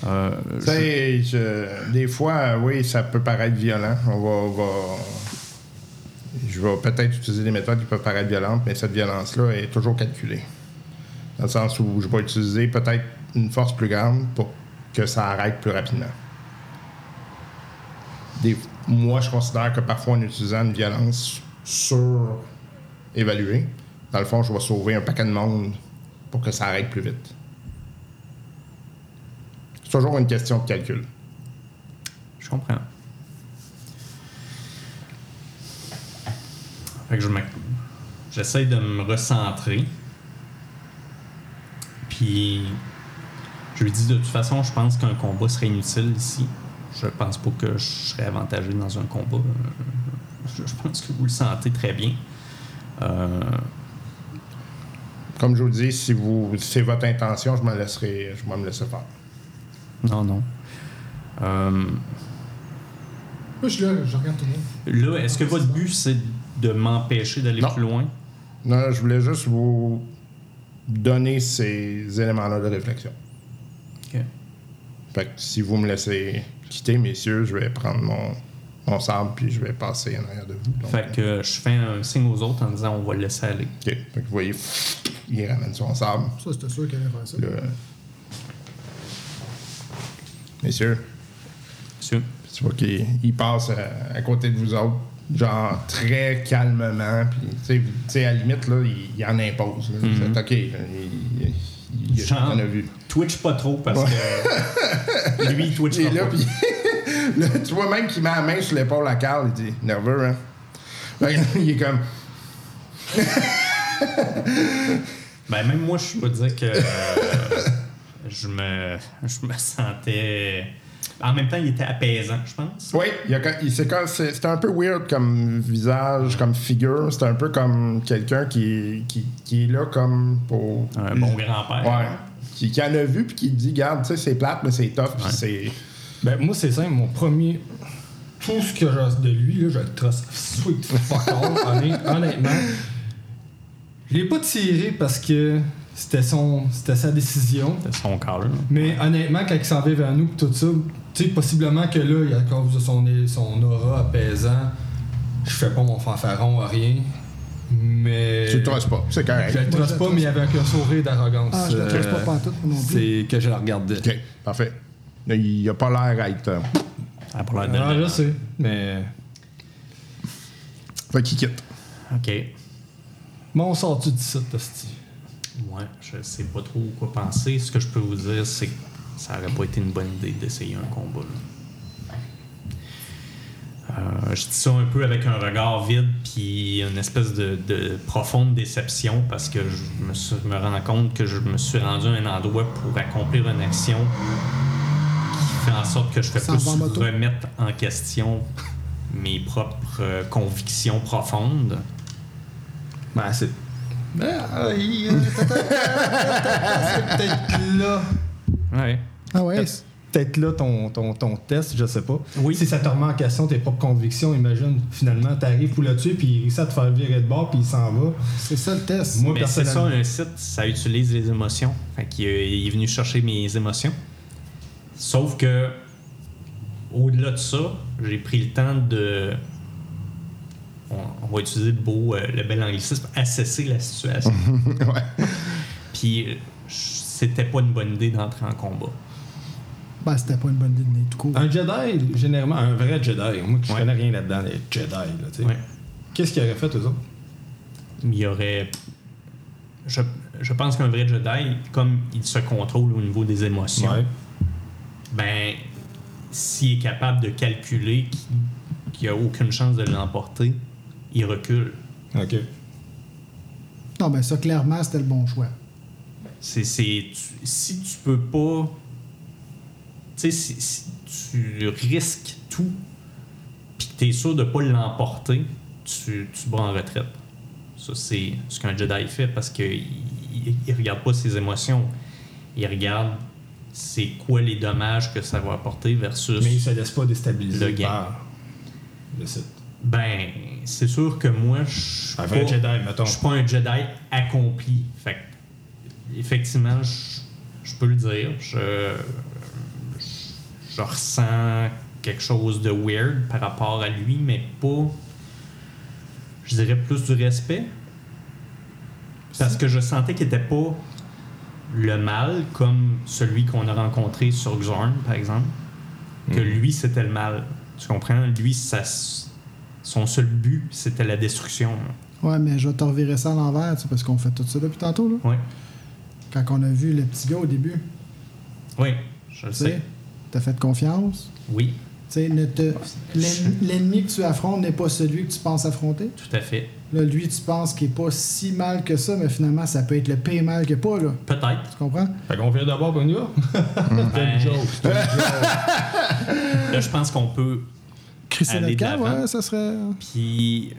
Euh, Tu sais, je- des fois, euh, oui, ça peut paraître violent. On va, on va- Je vais peut-être utiliser des méthodes qui peuvent paraître violentes, mais cette violence-là est toujours calculée. Dans le sens où je vais utiliser peut-être une force plus grande pour que ça arrête plus rapidement. Des- Moi, je considère que parfois, en utilisant une violence surévaluée, dans le fond, je vais sauver un paquet de monde pour que ça arrête plus vite. C'est toujours une question de calcul. Je comprends. Fait que je me- j'essaie de me recentrer. Puis je lui dis de toute façon, je pense qu'un combat serait inutile ici. Je pense pas que je serais avantagé dans un combat. Euh, Je je pense que vous le sentez très bien. Euh, Comme je vous dis, si vous c'est votre intention, je me laisserai, je vais me laisser faire. non, non. Euh, Moi, je suis là, je regarde tout le monde. là, est-ce que votre but c'est de m'empêcher d'aller Non. plus loin? Non, je voulais juste vous donner ces éléments-là de réflexion. Ok. Fait que si vous me laissez quitter, messieurs, je vais prendre mon, mon sable puis je vais passer en arrière de vous. Donc, Fait que euh, je fais un signe aux autres en disant on va le laisser aller. OK. Fait que vous voyez, pff, il ramène son sable. Ça, c'était sûr qu'elle allait faire ça. là. Messieurs, Monsieur. Puis tu vois qu'il il passe euh, à, côté de vous autres, genre très calmement. Puis, tu sais, vous- tu sais, à la limite, là, il, il en impose. là. Mm-hmm. Vous êtes OK. là, il, il- il- il Genre. en a vu. Twitch pas trop parce que lui, il Twitch Il est là, pas. puis là, tu vois même qu'il met la main sur l'épaule à Carl. Il dit Nerveux, hein? Fait que, il est comme Ben, même moi, je peux dire que euh, je, me, je me sentais. En même temps, il était apaisant, je pense. Oui, il a ca- il- c'est comme- c'est- c'est un peu weird comme visage, comme figure. C'est un peu comme quelqu'un qui, qui, qui est là comme pour. Un bon grand-père. Ouais. Qui, qui en a vu puis qui dit Garde, tu sais, c'est plate, mais c'est tough. puis Ouais. c'est. Ben, moi, c'est simple. Mon premier. Tout ce que j'ai de lui, là, je le trace sweet fuck all, honnêt- honnêtement. Je l'ai pas tiré parce que c'était son c'était sa décision. C'était son corps, là. Mais honnêtement, quand il s'en va vers nous, pis tout ça, tu sais, possiblement que là, il a cause de son, son aura apaisant, je fais pas mon fanfaron à rien. Mais. Tu le trosses pas, c'est Je correct. le trace pas, mais avec un sourire d'arrogance. Ah, je le trace pas euh, pantoute, moi non plus. C'est que je la regardais. Ok, parfait. Là, Il a pas l'air à être. euh, Ça a pas l'air de Ah, le- je sais. Mais. Fait qu'il quitte. Ok. Bon, on sort-tu de ça, Tosti? Ouais, je sais pas trop quoi penser. Ce que je peux vous dire, c'est que ça aurait pas été une bonne idée d'essayer un combat. là. Euh, je dis ça un peu avec un regard vide, puis une espèce de, de profonde déception parce que je me, suis- me rends compte que je me suis rendu à un endroit pour accomplir une action qui fait en sorte que je fais Ça plus va en moto. remettre en question mes propres euh, convictions profondes. Ben, c'est. Ouais. Ah ouais. Peut-être là ton, ton, ton test, je sais pas. Oui. Si ça te remet en question tes propres convictions, imagine, finalement, t'arrives pour le tuer, puis il réussit à te faire virer de bord, puis il s'en va. C'est ça le test. Moi, Mais c'est ça, personnellement. un site, ça utilise les émotions. Fait qu'il euh, il est venu chercher mes émotions. Sauf que, au-delà de ça, j'ai pris le temps de. On, on va utiliser le beau, euh, le bel anglicisme, assesser la situation. Puis, euh, je- c'était pas une bonne idée d'entrer en combat. Ben, c'était pas une bonne idée de nez, tout court. Hein? Un Jedi, généralement, un vrai Jedi, moi je connais rien là-dedans, les Jedi, là, tu sais. Ouais. Qu'est-ce qu'ils auraient fait, eux autres? Il y aurait. Je, je pense qu'un vrai Jedi, comme il se contrôle au niveau des émotions, ben, s'il est capable de calculer qu'il- qu'il n'y a aucune chance de l'emporter, il recule. OK. Non, ben ça, clairement, c'était le bon choix. C'est, c'est- tu- si tu peux pas. Tu sais, si, si tu risques tout, puis que tu es sûr de pas l'emporter, tu, tu vas en retraite. Ça, c'est ce qu'un Jedi fait parce qu'il ne regarde pas ses émotions. Il regarde c'est quoi les dommages que ça va apporter versus. Mais ils se laissent pas déstabiliser Le gain. par le site. Ben, c'est sûr que moi, je suis Un vrai pas- Jedi, mettons. Je suis pas un Jedi accompli. Fait que, effectivement, je- je peux le dire. Je, je ressens quelque chose de weird par rapport à lui, mais pas. Je dirais plus du respect. Parce que je sentais qu'il n'était pas le mal comme celui qu'on a rencontré sur Xorn, par exemple. Que Mm. lui, c'était le mal. Tu comprends? Lui, ça, s- son seul but, c'était la destruction. là. Ouais, mais je vais te revirer ça à l'envers, tu sais, parce qu'on fait tout ça depuis tantôt, là. Ouais. Quand on a vu le petit gars au début, Oui, je le tu sais, sais. t'as fait confiance. Oui, Tu sais, ne te- l'en- l'ennemi que tu affrontes n'est pas celui que tu penses affronter. tout à fait. Là, lui, tu penses qu'il est pas si mal que ça, mais finalement, ça peut être le pire mal que pas, là. Peut-être. Tu comprends? Fait qu'on vient d'abord pour une va? Ben, là, je pense qu'on peut Christine Aller de Edgar, l'avant. ouais, ça serait. Puis, euh,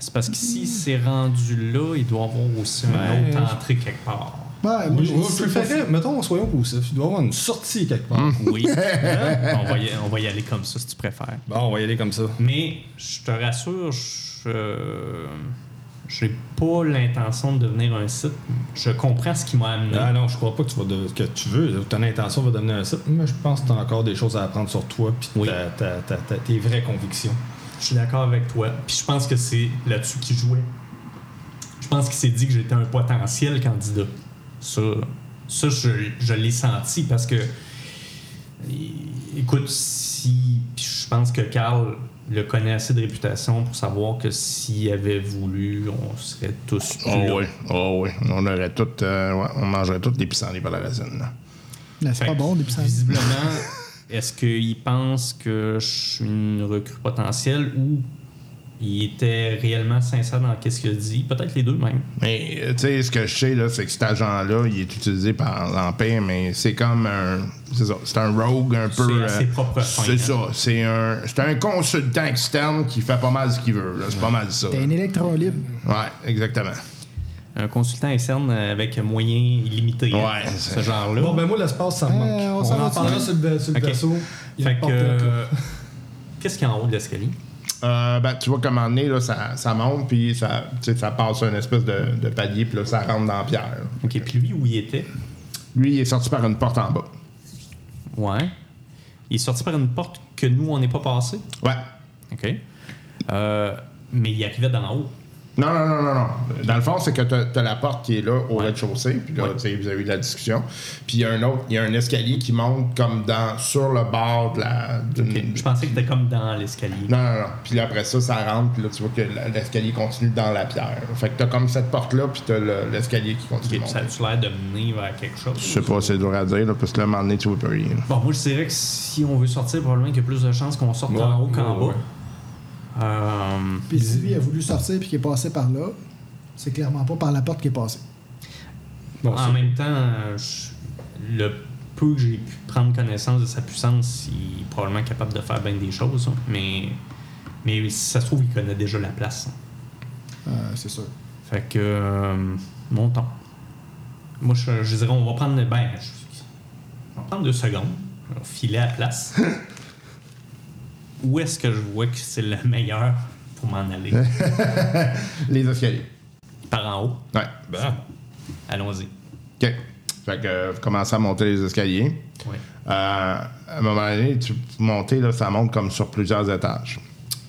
c'est parce que si c'est rendu là, il doit y avoir aussi Ouais. un autre entrée quelque part. Ouais, moi, Moi, j'ai dit, je c'est pas- préférais, mettons, soyons positifs. Il doit y avoir une sortie quelque part. Oui. Hein? on, va y, on va y aller comme ça, si tu préfères. Bon, on va y aller comme ça. Mais je te rassure, je j'ai pas l'intention de devenir un site. Je comprends ce qui m'a amené. Ah non, je crois pas que tu, vas de- que tu veux. Ton intention va devenir un site, mais je pense que tu as encore des choses à apprendre sur toi puis Oui. ta- ta- ta- ta- tes vraies convictions. Je suis d'accord avec toi. Puis je pense que c'est là-dessus qu'il jouait. Je pense qu'il s'est dit que j'étais un potentiel candidat. Ça, ça je, je l'ai senti parce que. é- Écoute, si. puis je pense que Carl le connaît assez de réputation pour savoir que s'il avait voulu, on serait tous. Ah plus là. Oh oui, oh oui. On aurait tout, euh, ouais, on mangerait toutes les pissenlits par la racine. là. Mais c'est pas Fait que, bon, des pissenlits. Visiblement, est-ce qu'il pense que je suis une recrue potentielle ou il était réellement sincère dans quest ce qu'il a dit? Peut-être les deux même. Mais euh, tu sais, ce que je sais, là, c'est que cet agent-là, il est utilisé par l'Empire, mais c'est comme un. C'est ça. C'est un rogue un peu. euh, C'est à ses propres fins, C'est hein. ça. C'est un. C'est un consultant externe qui fait pas mal ce qu'il veut. là. C'est pas mal ça. T'es un électron libre. Ouais, exactement. Un consultant externe avec moyen illimité. hein, Ouais, c'est- ce genre-là. Bon, ben moi, l'espace, ça me Euh, manque. on on s'en en va-tu? parlera sur le, sur le Ok. vaisseau. Il y a Fait une que, porte haute, là. euh, qu'est-ce qu'il y a en haut de l'escalier? Euh, ben, tu vois comme à un moment donné, là, ça, ça monte, puis ça, tu sais, ça passe un espèce de, de palier, puis là, ça rentre dans la pierre. là. Ok, puis lui, où il était? Lui, il est sorti par une porte en bas. Ouais. Il est sorti par une porte que nous, on n'est pas passé. Ouais. Ok. Euh, mais il arrivait d'en haut. Non, non, non, non, non. Dans le fond, c'est que tu as la porte qui est là au rez-de-chaussée, puis là, tu sais, vous avez eu de la discussion. Puis il y a un autre, il y a un escalier qui monte comme dans sur le bord de la. d'une- Ok, Je pensais que c'était comme dans l'escalier. Mm. Non, non, non. Puis là, après ça, ça rentre, puis là, tu vois que la- l'escalier continue dans la pierre. Fait que t'as comme cette porte-là, puis t'as le- l'escalier qui continue. Ok, de Ça monter. a-tu l'air de mener vers quelque chose? Je sais pas, c'est dur à dire, là, parce que là, à un moment donné, tu vois plus rien. Bon, moi, je dirais que si on veut sortir, probablement qu'il y a plus de chances qu'on sorte en haut qu'en ouais, bas. Euh, Puis si lui a voulu sortir puis qu'il est passé par là, c'est clairement pas par la porte qu'il est passé. Bon, en c'est- même temps, euh, je- le peu que j'ai pu prendre connaissance de sa puissance, il est probablement capable de faire bien des choses. hein, mais, mais si ça se trouve, il connaît déjà la place. hein. Euh, c'est sûr. Fait que. euh, montons. Moi, je, je dirais, on va prendre le bain. On va prendre deux secondes. On va filer à la place. Où est-ce que je vois que c'est le meilleur pour m'en aller? Les escaliers. Par en haut. Ouais. Allons-y. OK. Fait que euh, vous commencez à monter les escaliers. Ouais. Euh, à un moment donné, tu montez, là, ça monte comme sur plusieurs étages.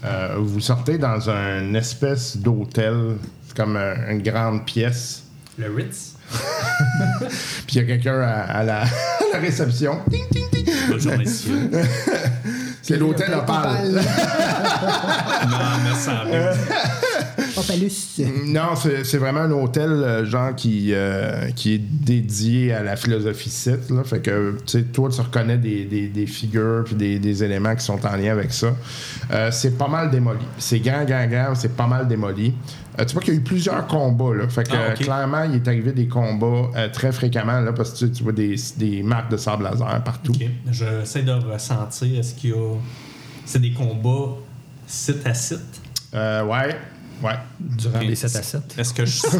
Euh, vous sortez dans une espèce d'hôtel. C'est comme un- une grande pièce. Le Ritz. Puis il y a quelqu'un à, à la, à la réception. Ting, ting, ting. Bonjour, messieurs. C'est l'hôtel Opal. non, mais ça Opalus. Non, c'est c'est vraiment un hôtel, euh, genre, qui, euh, qui est dédié à la philosophie site. Là. Fait que, tu sais, toi, tu reconnais des, des- des figures puis des, des éléments qui sont en lien avec ça. Euh, c'est pas mal démoli. C'est grand, grand, grand, c'est pas mal démoli. Euh, tu vois qu'il y a eu plusieurs combats, là. Fait que, Ah, ok. euh, clairement, il est arrivé des combats euh, très fréquemment, là, parce que tu, tu vois des, des marques de sable laser partout. Ok, j'essaie de ressentir. Est-ce qu'il y a. C'est des combats site à site? Euh, ouais, ouais. durant Ok. les 7 à 7. Est-ce que je sens.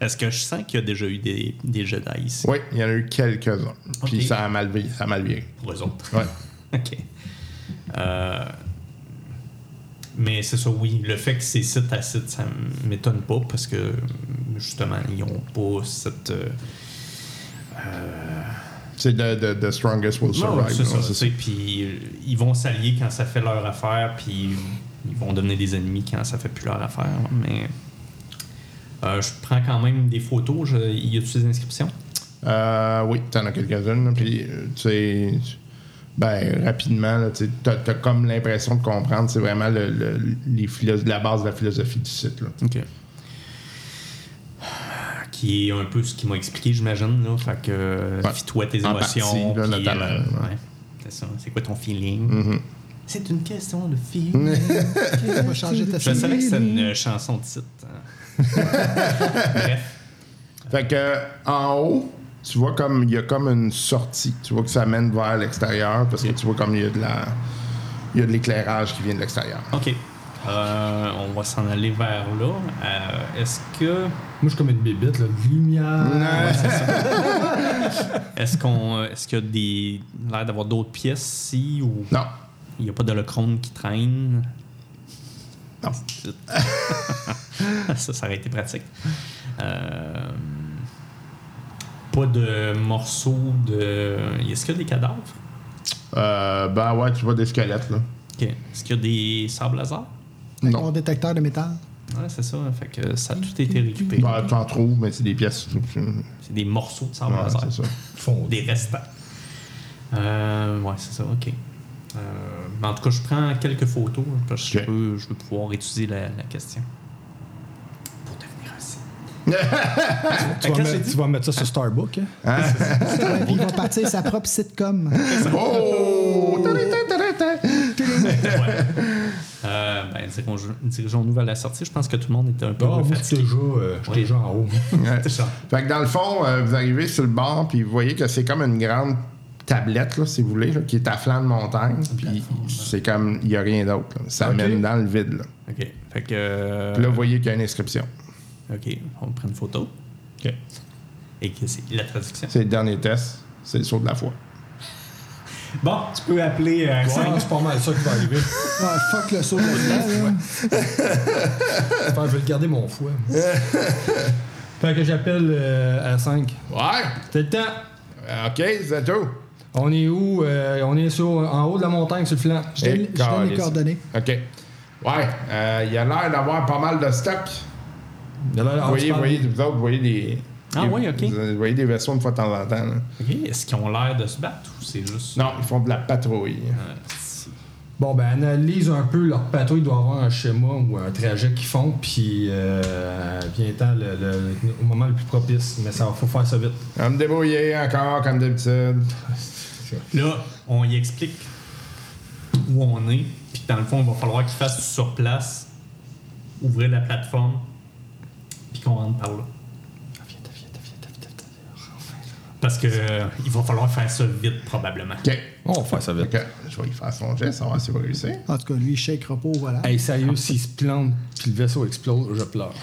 Est-ce que je sens qu'il y a déjà eu des, des Jedi ici Oui, il y en a eu quelques-uns. Puis Ok. ça a mal viré. Ça a mal viré. pour eux autres? Ouais. OK. Euh, Mais c'est ça, oui. Le fait que c'est site à site, ça m'étonne pas parce que justement, ils ont pas cette. euh, C'est de, de, de Strongest Will Non, Survive. c'est ça, là, tu sais, Puis euh, ils vont s'allier quand ça fait leur affaire, puis ils vont devenir des ennemis quand ça fait plus leur affaire. Mais euh, je prends quand même des photos. Je, y a-tu des inscriptions Euh, oui, t'en as quelques-unes. là, Puis, euh, tu sais, ben, rapidement, là, tu sais, t'as, t'as comme l'impression de comprendre, c'est vraiment le, le- les philo- la base de la philosophie du site. Là. Ok. Qui est un peu ce qu'ils m'ont expliqué, j'imagine. Là. Fait que euh, Ouais. fie-toi à tes En émotions. partie, là, puis, euh, notamment, ouais. Mm-hmm. ouais. C'est ça. C'est quoi ton feeling C'est une question de feeling. On va changer ta Je savais que c'était une euh, chanson de titre. Bref. Fait que, en haut, tu vois comme il y a comme une sortie. Tu vois que ça mène vers l'extérieur parce que tu vois comme il y a de la. Il y a de l'éclairage qui vient de l'extérieur. OK. Euh, on va s'en aller vers là. Euh, est-ce que. Moi, je suis comme une bébite, là. Lumière. Est-ce qu'on. euh, Est-ce qu'il y a des. l'air d'avoir d'autres pièces ici ou Non. il n'y a pas d'holochrone qui traîne? Non. ça, ça aurait été pratique. Euh, pas de morceaux de. Est-ce qu'il y a des cadavres? Euh, ben ouais, tu vois des squelettes, là. Ok. Est-ce qu'il y a des sables laser? Non. Mon détecteur de métal. Ouais, c'est ça. Fait que ça a tout été récupéré. Ben, tu en trouves, mais c'est des pièces. C'est des morceaux de sables Ouais, laser. c'est ça. Des restants. Euh, ouais, c'est ça, ok. Euh, mais en tout cas, je prends quelques photos hein, parce que Ok. je, veux, je veux pouvoir étudier la, la question. Pour devenir un site. Tu, Qu'est-ce vas que mettre- j'ai dit? Ah. tu vas mettre ça sur Starbucks. hein? Puis il va partir sa propre sitcom. Oh! Euh, ben, dirigeons- dirigeons-nous vers la sortie. Je pense que tout le monde était un peu Bon, moi, je suis fatigué. déjà, euh, je suis Ouais. déjà en haut. Ouais. C'est ça. Fait que dans le fond, euh, vous arrivez sur le bord, puis vous voyez que c'est comme une grande tablette, là, si vous voulez, là, qui est à flanc de montagne, puis c'est comme, il n'y a rien d'autre. là. Ça mène dans le vide. Là, OK. Fait que... euh, Puis là vous voyez qu'il y a une inscription. OK, on prend une photo. OK. Et que c'est la traduction. C'est le dernier test, c'est le saut de la foi. Bon, tu peux appeler... euh, cinq- Ouais, c'est pas mal ça qui va arriver. Ah, fuck le saut de là. Enfin, je vais garder mon fouet. moi. fait que j'appelle euh, à 5. Ouais! C'est le temps. Euh, OK, c'est tout. On est où? Euh, on est sur, en haut de la montagne, sur le flanc. Je donne, je donne Caliste. les coordonnées. OK. Ouais, euh, il a l'air d'avoir pas mal de stock. Là, là, Vous ah, voyez, tu parles- voyez, vous autres, vous voyez des. Ah des- oui, ok. Vous voyez des vaisseaux une fois de temps en temps. là. Ok, Est-ce qu'ils ont l'air de se battre ou c'est juste. Non, ils font de la patrouille. Euh, si. Bon, ben, analyse un peu leur patrouille. Il doit avoir un schéma ou un trajet qu'ils font, puis euh, vient-en le- le- au moment le plus propice. Mais ça va faut faire ça vite. On va me débrouiller encore, comme d'habitude. Là, on y explique où on est, puis que dans le fond, il va falloir qu'ils fassent tout sur place, ouvrir la plateforme, puis qu'on rentre par là. Parce que euh, il va falloir faire ça vite, probablement. OK. On va faire ça vite. OK. Je vais lui faire son geste, on va s'il va réussir. Hein? En tout cas, lui, il shake repos, voilà. Hey, sérieux, s'ils se plantent, puis le vaisseau explose, je pleure.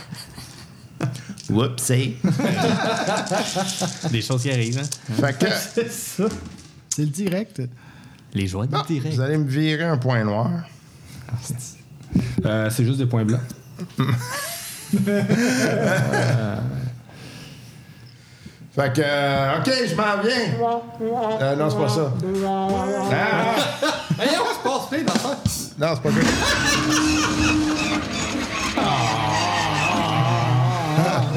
Whoopsie. Ah, Des choses qui arrivent, hein? Fait que, C'est le direct. Les joies du bon, vous allez me virer un point noir. Euh, c'est juste des points blancs. Fait que, euh, OK, je m'en viens. Euh, non, c'est pas ça. Ah, ah. Hey, on se passe plein d'affaires. Non, c'est pas ça.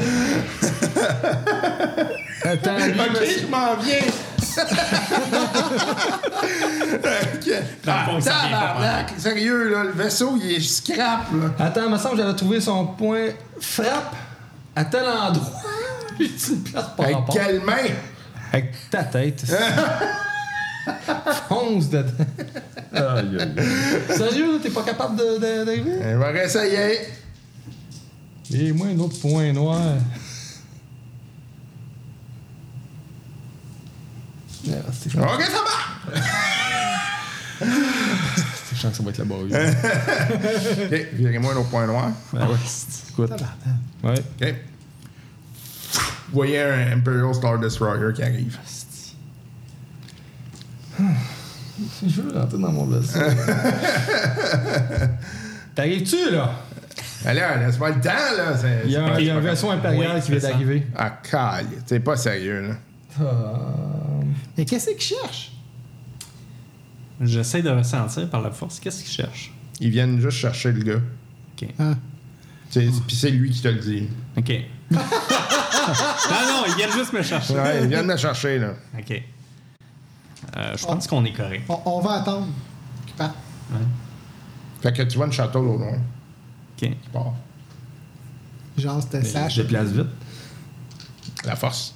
Attends, lui, OK, monsieur- je m'en viens. OK. Ah, Dans le fond, ça vient pas tabarnak. Sérieux, là, le vaisseau, il est scrap, là. Attends, il me semble que j'avais trouvé son point frappe à tel endroit. J'ai dit une place par Avec rapport. quelle main? Avec ta tête. Fonce dedans. Sérieux, là, t'es pas capable de- de- d'arriver? On va réessayer. Et moi, un autre point noir. Ah, c'est chaud. OK, ça va. Je sens que ça va être laborieux. OK, virez-moi nos points noirs. Ben ouais. Écoute. Ouais. OK. Vous voyez un Imperial Star Destroyer qui arrive. Je veux rentrer dans mon vaisseau. T'arrives-tu, là? Allez, laisse-moi le temps, là. C'est- Il y a, c'est pas- un- il y c'est a un pas- vaisseau impérial Oui, qui vient c'est ça. d'arriver. Ah, calme. T'es pas sérieux, là. Euh, Mais qu'est-ce qu'il cherche? J'essaie de ressentir par la force qu'est-ce qu'ils cherchent. Ils viennent juste chercher le gars. Ah. C'est- Hmm. Puis c'est lui qui te le dit. OK. non, non, ils viennent juste me chercher. Ouais, ils viennent me chercher, là. OK. Euh, je pense qu'on est correct. On, on va attendre qu'il parte. Fait que tu vois une château au loin. OK. Tu pars. Genre, c'était sage. Je déplace vite. La force.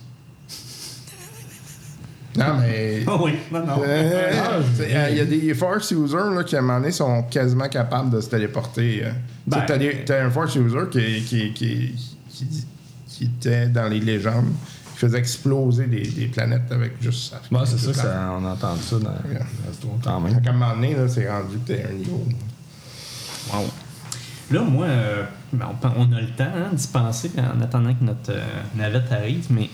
Non, mais. Ah oui, non, non. Euh, c'est- euh, Il y a des Force Users là, qui, à un moment donné, sont quasiment capables de se téléporter. euh. Tu Ben. sais, t'as des- T'as un Force User qui, qui, qui, qui, dit- qui était dans les légendes, qui faisait exploser des, des planètes avec juste ça. Bon, c'est ça, ça, on entend ça dans dans ce tour, quand même. À un moment donné, là, c'est rendu que t'es un niveau. Wow. Là, moi, euh, ben, on, pen- on a le temps hein, d'y penser en attendant que notre euh, navette arrive, mais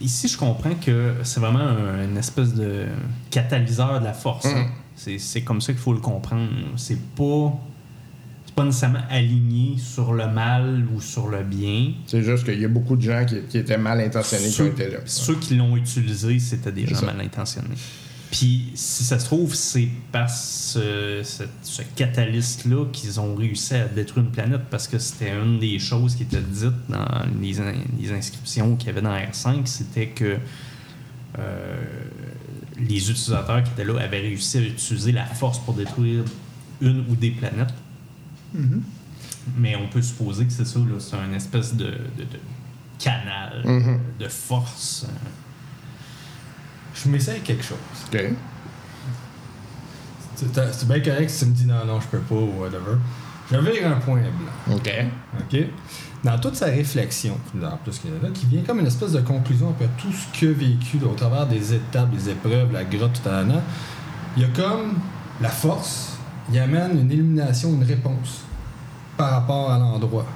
ici, je comprends que c'est vraiment un- une espèce de catalyseur de la force. hein. C'est- C'est comme ça qu'il faut le comprendre. C'est pas, c'est pas nécessairement aligné sur le mal ou sur le bien. C'est juste qu'il y a beaucoup de gens qui, qui étaient mal intentionnés qui ont Ceux, été là. ceux qui l'ont utilisé, c'était des gens ça. mal intentionnés. Puis, si ça se trouve, c'est par ce, cette- ce catalyste-là qu'ils ont réussi à détruire une planète parce que c'était une des choses qui était dite dans les, in- les inscriptions qu'il y avait dans R5, c'était que euh, les utilisateurs qui étaient là avaient réussi à utiliser la force pour détruire une ou des planètes. Mais on peut supposer que c'est ça, là, c'est un espèce de, de- de canal euh, de force. euh. Je m'essaye quelque chose. OK. C'est c'est bien correct si tu me dis non, non, je peux pas ou whatever. Je vire un point blanc. OK. OK? Dans toute sa réflexion, en plus qu'il y en a là, qui vient comme une espèce de conclusion après tout ce qu'il a vécu là, au travers des étapes, des épreuves, la grotte, tout à l'heure, il y a comme la force, il amène une illumination, une réponse par rapport à l'endroit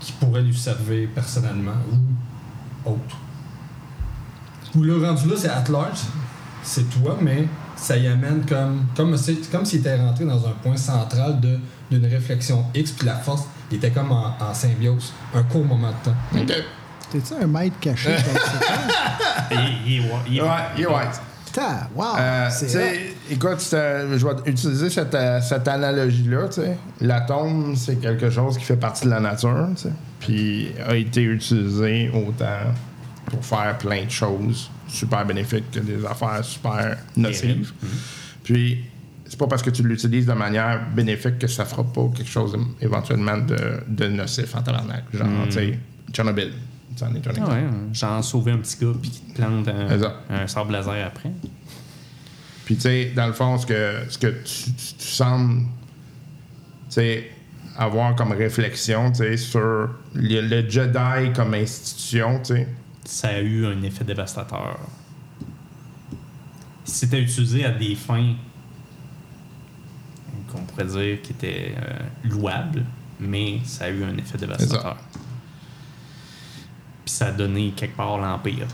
qui pourrait lui servir personnellement ou autre. Ou le rendu là, c'est at large, c'est toi, mais ça y amène comme comme c'est- comme s'il était rentré dans un point central de d'une réflexion X, puis la force il était comme en, en symbiose, un court moment de temps. OK. T'es-tu un maître caché? comme ça? Et- et- et- Ouais, you're right. Putain, wow! Euh, tu Ah, c'est sais, écoute, c'est, euh, je vais utiliser cette, euh, cette analogie-là. tu sais. L'atome, c'est quelque chose qui fait partie de la nature, tu sais, puis a été utilisé autant pour faire plein de choses super bénéfiques que des affaires super nocives. Puis, c'est pas parce que tu l'utilises de manière bénéfique que ça fera pas quelque chose éventuellement de, de nocif en tabarnak. Genre, Hmm. tu sais, Tchernobyl. C'en est un exemple. Ah Ouais, genre sauver un petit gars puis qu'il te plante un, Exact. un sable laser après. Puis, tu sais, dans le fond, ce que, ce que tu, tu- tu sembles tu sais, avoir comme réflexion tu sais, sur le, le Jedi comme institution, tu sais. ça a eu un effet dévastateur. C'était utilisé à des fins qu'on pourrait dire qui étaient euh, louables, mais ça a eu un effet dévastateur. Puis ça a donné quelque part l'Empire.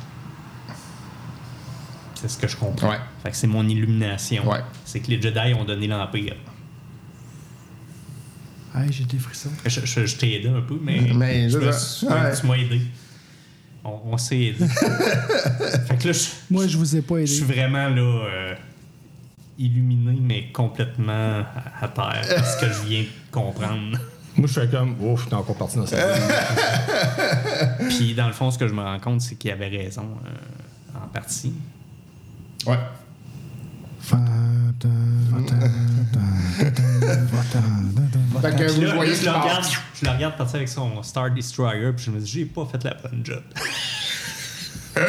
C'est ce que je comprends. Ouais. Fait que c'est mon illumination. Ouais. C'est que les Jedi ont donné l'Empire. Ah, j'ai des frissons. Je, je- je t'ai aidé un peu, mais, Mm, Mais je je me sais. suis- Ouais. tu m'as aidé. On, on s'est aidé. fait que là, je, Moi, je vous ai pas je suis aidé. vraiment là euh, illuminé, mais complètement à, à terre parce que je viens de comprendre. Moi, je suis comme, ouf, t'es encore parti dans cette Puis dans le fond, ce que je me rends compte, c'est qu'il avait raison euh, en partie. Ouais. Fait que Puis Euh, vous là, voyez je, ce qui le passe. regarde, je le regarde partir avec son Star Destroyer, puis je me dis, j'ai pas fait la bonne job. Moi,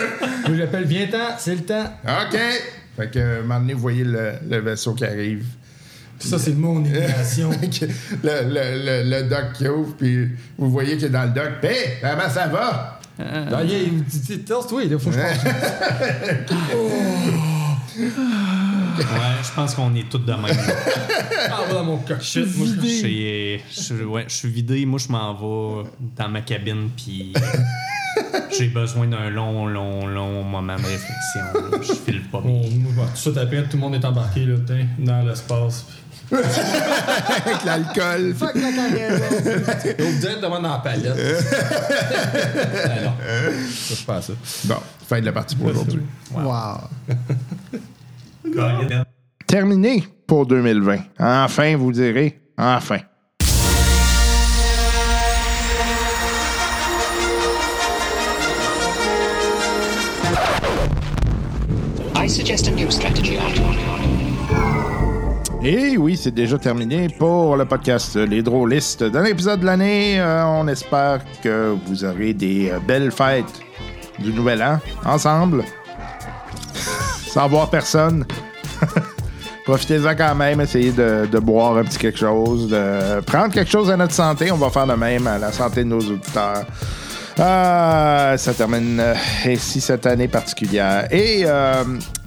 je l'appelle, viens-t'en, c'est le temps. OK! Fait que, à un moment donné, vous voyez le, le vaisseau qui arrive. Ça, c'est mon illumination. Fait que le, le, le, le doc qui ouvre, puis vous voyez qu'il est dans le doc. Hé, comment ça va? Ah, yeah, il me dit, dis, tasse-toi, il faut que je pense. Ouais, je pense qu'on est tous de même. Ah, va dans mon coche. Je, moi, je, je suis- ouais, je suis vidé, moi je m'en vais dans ma cabine, puis j'ai besoin d'un long, long, long moment de réflexion. là. Je file pas bien. Bon, moi, bah, tout de suite après, tout le monde est embarqué, là, t'es, dans l'espace. Avec l'alcool. Fuck la carrière. Et au direct devant dans la palette. Ah, non. Ça, je passe ça. Bon, fin de la partie pour aujourd'hui. Wow. Terminé pour 2020. Enfin, vous direz, enfin. I suggest a new strategy, Otto. Et Eh oui, c'est déjà terminé pour le podcast Les Drôlistes. Dans l'épisode de l'année, euh, on espère que vous aurez des euh, belles fêtes du Nouvel An ensemble, sans voir personne. Profitez-en quand même, essayez de, de boire un petit quelque chose, de prendre quelque chose à notre santé. On va faire de même à la santé de nos auditeurs. Ah, ça termine euh, ici cette année particulière. Et euh,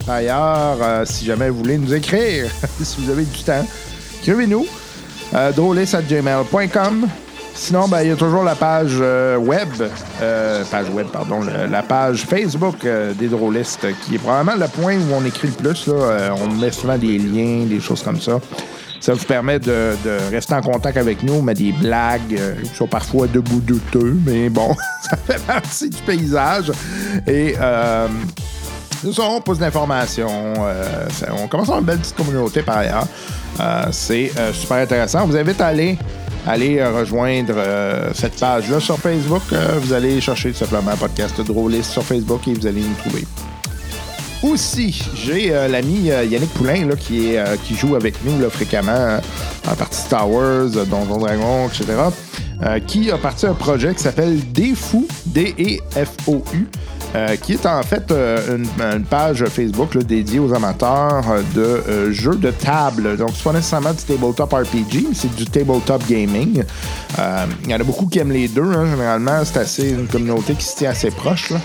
par ailleurs, euh, si jamais vous voulez nous écrire, si vous avez du temps, écrivez-nous euh, drôlisse@gmail.com. Sinon, ben, il y a toujours la page euh, web, euh, page web, pardon, le- la page Facebook euh, des drôlistes, qui est probablement le point où on écrit le plus. là. Euh, on met souvent des liens, des choses comme ça. Ça vous permet de, de rester en contact avec nous, mais des blagues euh, qui sont parfois debout douteux, mais bon, ça fait partie du paysage. Et euh, nous on pousse d'informations. euh, ça- on commence à avoir une belle petite communauté par ailleurs. Euh, c'est euh, super intéressant. On vous invite à aller, aller euh, rejoindre euh, cette page-là sur Facebook. Euh, vous allez chercher tout simplement podcast drôliste sur Facebook et vous allez nous trouver. Aussi, j'ai euh, l'ami euh, Yannick Poulain là, qui, est, euh, qui joue avec nous là, fréquemment euh, en partie Star Wars, euh, Donjon Dragon, etc. euh, qui a parti un projet qui s'appelle Des Fous, E D-E-F-O-U, euh, qui est en fait euh, une, une page Facebook là, dédiée aux amateurs euh, de euh, jeux de table. Donc, c'est pas nécessairement du tabletop RPG, mais c'est du tabletop gaming. Euh, Il y en a beaucoup qui aiment les deux. hein. Généralement, c'est assez une communauté qui se tient assez proche. là.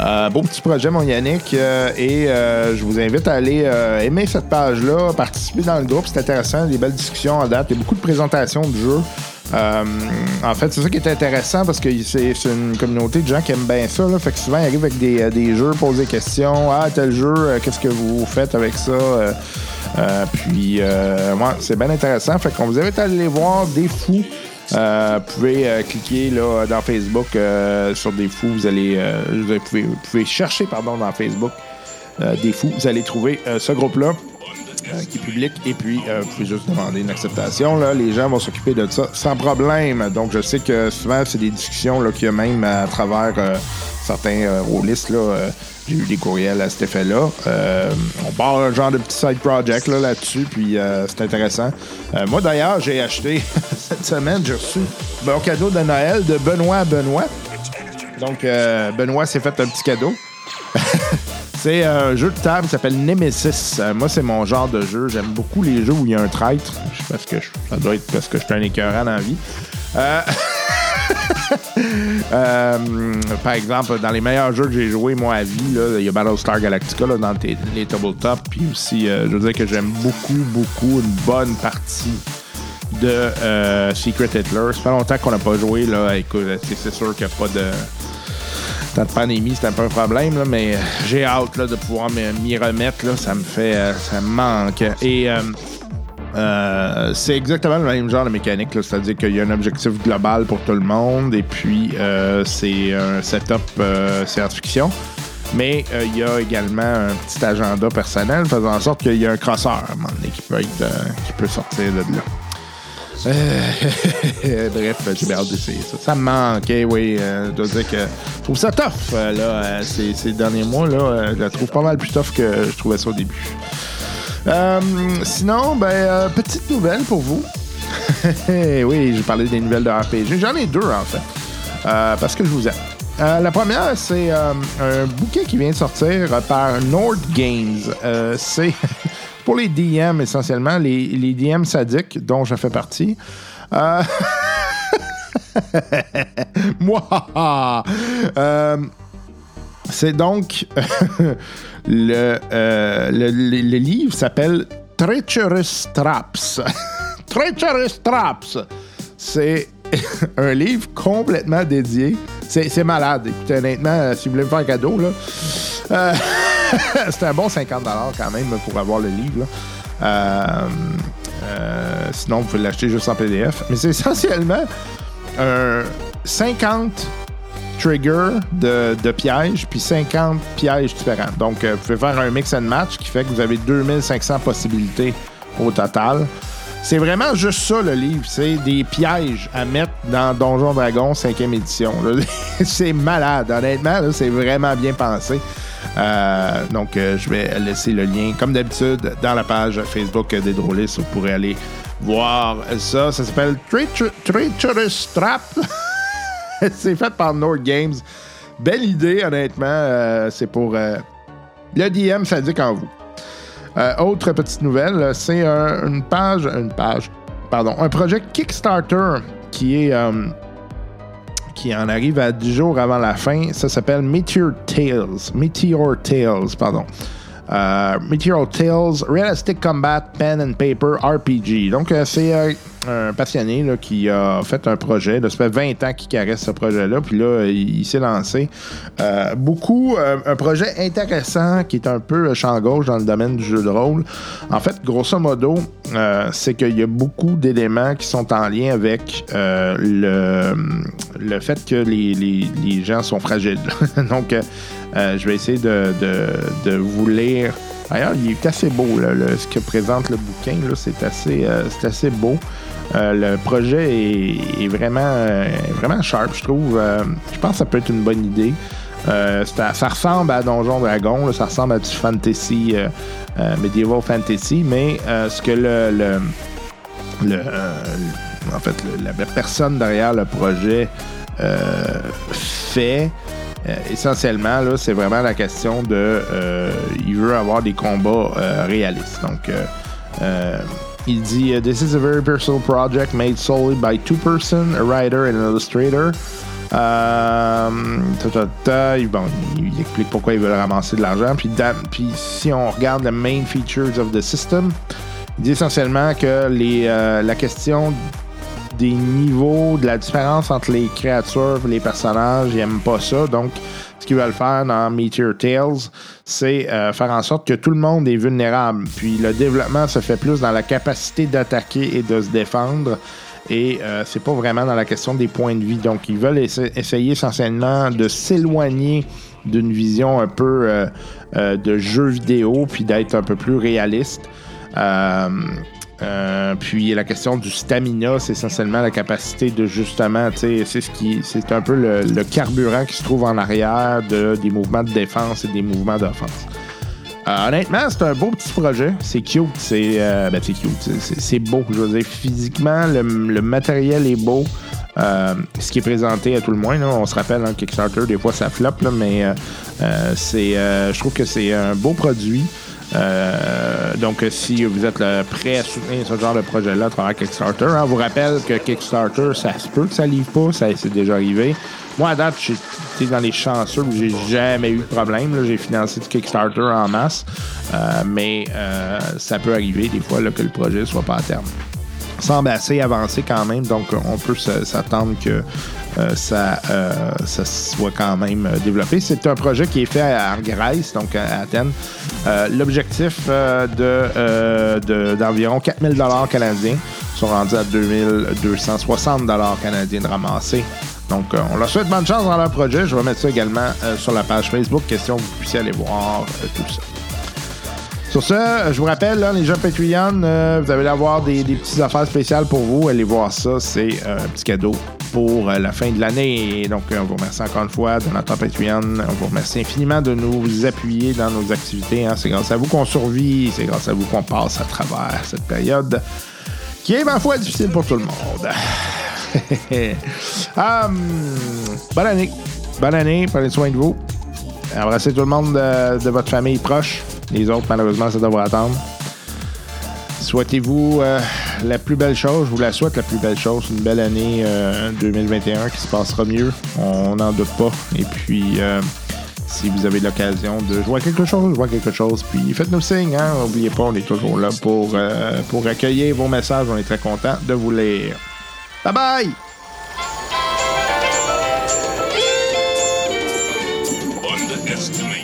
Euh, beau petit projet, mon Yannick. euh, et euh, je vous invite à aller euh, aimer cette page-là, participer dans le groupe. C'est intéressant, des belles discussions en date. Il y a beaucoup de présentations de jeux. Euh, en fait, c'est ça qui est intéressant parce que c'est c'est une communauté de gens qui aiment bien ça. Là, fait que souvent, ils arrivent avec des, euh, des jeux, posent des questions. Ah, tel jeu, euh, qu'est-ce que vous faites avec ça? Euh, euh, puis, euh, ouais, c'est bien intéressant. Fait qu'on vous invite à aller les voir, des fous. Euh, vous pouvez euh, cliquer là, dans Facebook euh, sur des fous. Vous allez euh, vous pouvez, vous pouvez chercher pardon, dans Facebook euh, des fous. Vous allez trouver euh, ce groupe-là. euh, qui est public. Et puis, euh, vous pouvez juste demander une acceptation. Là. Les gens vont s'occuper de ça sans problème. Donc, je sais que souvent, c'est des discussions là, qu'il y a même à travers euh, certains euh, rôlistes. Là, euh, j'ai eu des courriels à cet effet-là. Euh, on part un genre de petit side project là, là-dessus, puis euh, c'est intéressant. Euh, moi, d'ailleurs, j'ai acheté cette semaine, j'ai reçu mon cadeau de Noël de Benoît à Benoît. Donc, euh, Benoît s'est fait un petit cadeau. C'est euh, un jeu de table qui s'appelle Nemesis. Euh, moi, c'est mon genre de jeu. J'aime beaucoup les jeux où il y a un traître. Je sais pas ce que je- ça doit être parce que je suis un écœurant dans la vie. Euh, euh, par exemple, dans les meilleurs jeux que j'ai joués, moi, à vie, là, il y a Battlestar Galactica là, dans tes- les tabletops. Puis aussi, euh, je veux dire que j'aime beaucoup, beaucoup une bonne partie de euh, Secret Hitler. Ça fait longtemps qu'on n'a pas joué. Là. Écoute, c'est- c'est sûr qu'il n'y a pas de temps de pandémie, c'est un peu un problème, là, mais euh, j'ai hâte là, de pouvoir me- m'y remettre. Là. Ça me fait. euh, ça me manque. Et. euh, euh, c'est exactement le même genre de mécanique, là. c'est-à-dire qu'il y a un objectif global pour tout le monde et puis euh, c'est un setup euh, science-fiction. Mais euh, il y a également un petit agenda personnel faisant en sorte qu'il y a un crosseur à un moment donné, qui peut, être, euh, qui peut sortir de là. Euh, Bref, j'ai bien hâte d'essayer ça. Ça me manque, eh oui. euh, je dois dire que je trouve ça tough, euh, là, euh, ces, ces derniers mois. Là, euh, je la trouve pas mal plus tough que je trouvais ça au début. Euh, sinon, ben, euh, petite nouvelle pour vous. Eh oui, j'ai parlé des nouvelles de RPG. J'en ai deux, en fait, euh, parce que je vous aime. Euh, la première, c'est euh, un bouquet qui vient de sortir euh, par Nord Games. Euh, c'est pour les DM, essentiellement, les, les DM sadiques, dont je fais partie. Euh, Moi! Euh, c'est donc le, euh, le, le- le livre s'appelle Treacherous Traps. Treacherous Traps. C'est un livre complètement dédié. C'est c'est malade. Écoutez, honnêtement, euh, si vous voulez me faire un cadeau, là, euh, c'est un bon 50 quand même pour avoir le livre. là. Euh, euh, sinon, vous pouvez l'acheter juste en PDF. Mais c'est essentiellement un 50 trigger de, de pièges, puis 50 pièges différents. Donc, euh, vous pouvez faire un mix and match qui fait que vous avez 2500 possibilités au total. C'est vraiment juste ça, le livre. C'est des pièges à mettre dans Donjon Dragon 5e édition. là. c'est malade. Honnêtement, là, c'est vraiment bien pensé. Euh, donc, euh, je vais laisser le lien, comme d'habitude, dans la page Facebook des Drôlistes. Vous pourrez aller voir ça. Ça s'appelle Treacher- Treacherous Trap. c'est fait par Nord Games. Belle idée, honnêtement. Euh, c'est pour euh, le DM sadique en vous. Euh, autre petite nouvelle, euh, c'est un- une page, une page, pardon, un projet Kickstarter qui est euh, qui en arrive à 10 jours avant la fin. Ça s'appelle Meteor Tales. Meteor Tales, pardon. Euh, Meteor Tales, Realistic Combat, Pen and Paper, RPG. Donc, euh, c'est euh, un passionné là, qui a fait un projet. Là, ça fait 20 ans qu'il caresse ce projet-là. Puis là, il, il s'est lancé. Euh, beaucoup, euh, un projet intéressant qui est un peu euh, champ gauche dans le domaine du jeu de rôle. En fait, grosso modo, euh, c'est qu'il y a beaucoup d'éléments qui sont en lien avec euh, le, le fait que les, les- les gens sont fragiles. Donc, euh, euh, je vais essayer de, de- de vous lire. D'ailleurs, il est assez beau. là, le- ce que présente le bouquin, là, c'est assez, euh, c'est assez beau. Euh, le projet est, est vraiment, euh, vraiment sharp, je trouve. Euh, je pense que ça peut être une bonne idée. Euh, ça, ça ressemble à Donjon Dragon, là, ça ressemble à du fantasy, euh, euh, medieval fantasy, mais euh, ce que le, le- le, euh, en fait, le- la, la personne derrière le projet euh, fait, euh, essentiellement, là, c'est vraiment la question de. euh, il veut avoir des combats euh, réalistes. Donc, euh, euh, il dit euh, This is a very personal project made solely by two person, a writer and an illustrator. Euh, ta, ta, ta, il- bon, il explique pourquoi ils veulent ramasser de l'argent. Puis, da- puis si on regarde the main features of the system, il dit essentiellement que les, euh, la question des niveaux, de la différence entre les créatures et les personnages, ils n'aiment pas ça. Donc, ce qu'ils veulent faire dans Meteor Tales, c'est euh, faire en sorte que tout le monde est vulnérable. Puis le développement se fait plus dans la capacité d'attaquer et de se défendre. Et euh, c'est pas vraiment dans la question des points de vie. Donc, ils veulent essa- essayer essentiellement de s'éloigner d'une vision un peu euh, euh, de jeu vidéo, puis d'être un peu plus réaliste. Euh, euh, puis la question du stamina, c'est essentiellement la capacité de justement, tu sais, c'est ce qui, c'est un peu le, le carburant qui se trouve en arrière de, des mouvements de défense et des mouvements d'offense. Euh, honnêtement, c'est un beau petit projet. C'est cute. C'est euh, ben, c'est cute. C'est- C'est c'est beau. Je veux dire, physiquement, le, le matériel est beau. Euh, ce qui est présenté à tout le moins, là. on se rappelle, hein, Kickstarter, des fois ça floppe, là, mais euh, euh, c'est, euh, je trouve que c'est un beau produit. Euh, donc, si vous êtes là, prêt à soutenir ce genre de projet-là à travers Kickstarter, hein, on vous rappelle que Kickstarter, ça se peut que ça livre pas, ça c'est déjà arrivé. Moi, à date, j'ai été dans les chanceux où j'ai jamais eu de problème. là. J'ai financé du Kickstarter en masse, Euh, mais euh, ça peut arriver des fois là, que le projet soit pas à terme semble assez avancé quand même, donc euh, on peut se- s'attendre que euh, ça, euh, ça soit quand même euh, développé. C'est un projet qui est fait à- en Grèce, donc à Athènes. Euh, L'objectif euh, de, euh, de- d'environ 4000 dollars canadiens Ils sont rendus à 2260 dollars canadiens de ramasser. Donc, euh, on leur souhaite bonne chance dans leur projet. Je vais mettre ça également euh, sur la page Facebook, question que vous puissiez aller voir euh, tout ça. Sur ce, euh, je vous rappelle, hein, les gens Patreon, euh, vous allez avoir des, des petites affaires spéciales pour vous. Allez voir ça, c'est euh, un petit cadeau pour euh, la fin de l'année. Et donc, euh, on vous remercie encore une fois, donateur Patreon. On vous remercie infiniment de nous appuyer dans nos activités. hein. C'est grâce à vous qu'on survit, c'est grâce à vous qu'on passe à travers cette période qui est parfois difficile pour tout le monde. Hum, bonne année. Bonne année, prenez soin de vous. Embrassez tout le monde de, de votre famille proche. Les autres, malheureusement, ça devrait attendre. Souhaitez-vous euh, la plus belle chose. Je vous la souhaite, la plus belle chose. Une belle année euh, 2021 qui se passera mieux. On n'en doute pas. Et puis, euh, si vous avez l'occasion de jouer à quelque chose, jouer à quelque chose, puis faites-nous signe. hein. N'oubliez pas, on est toujours là pour, euh, pour accueillir vos messages. On est très content de vous lire. Bye bye! Underestimate.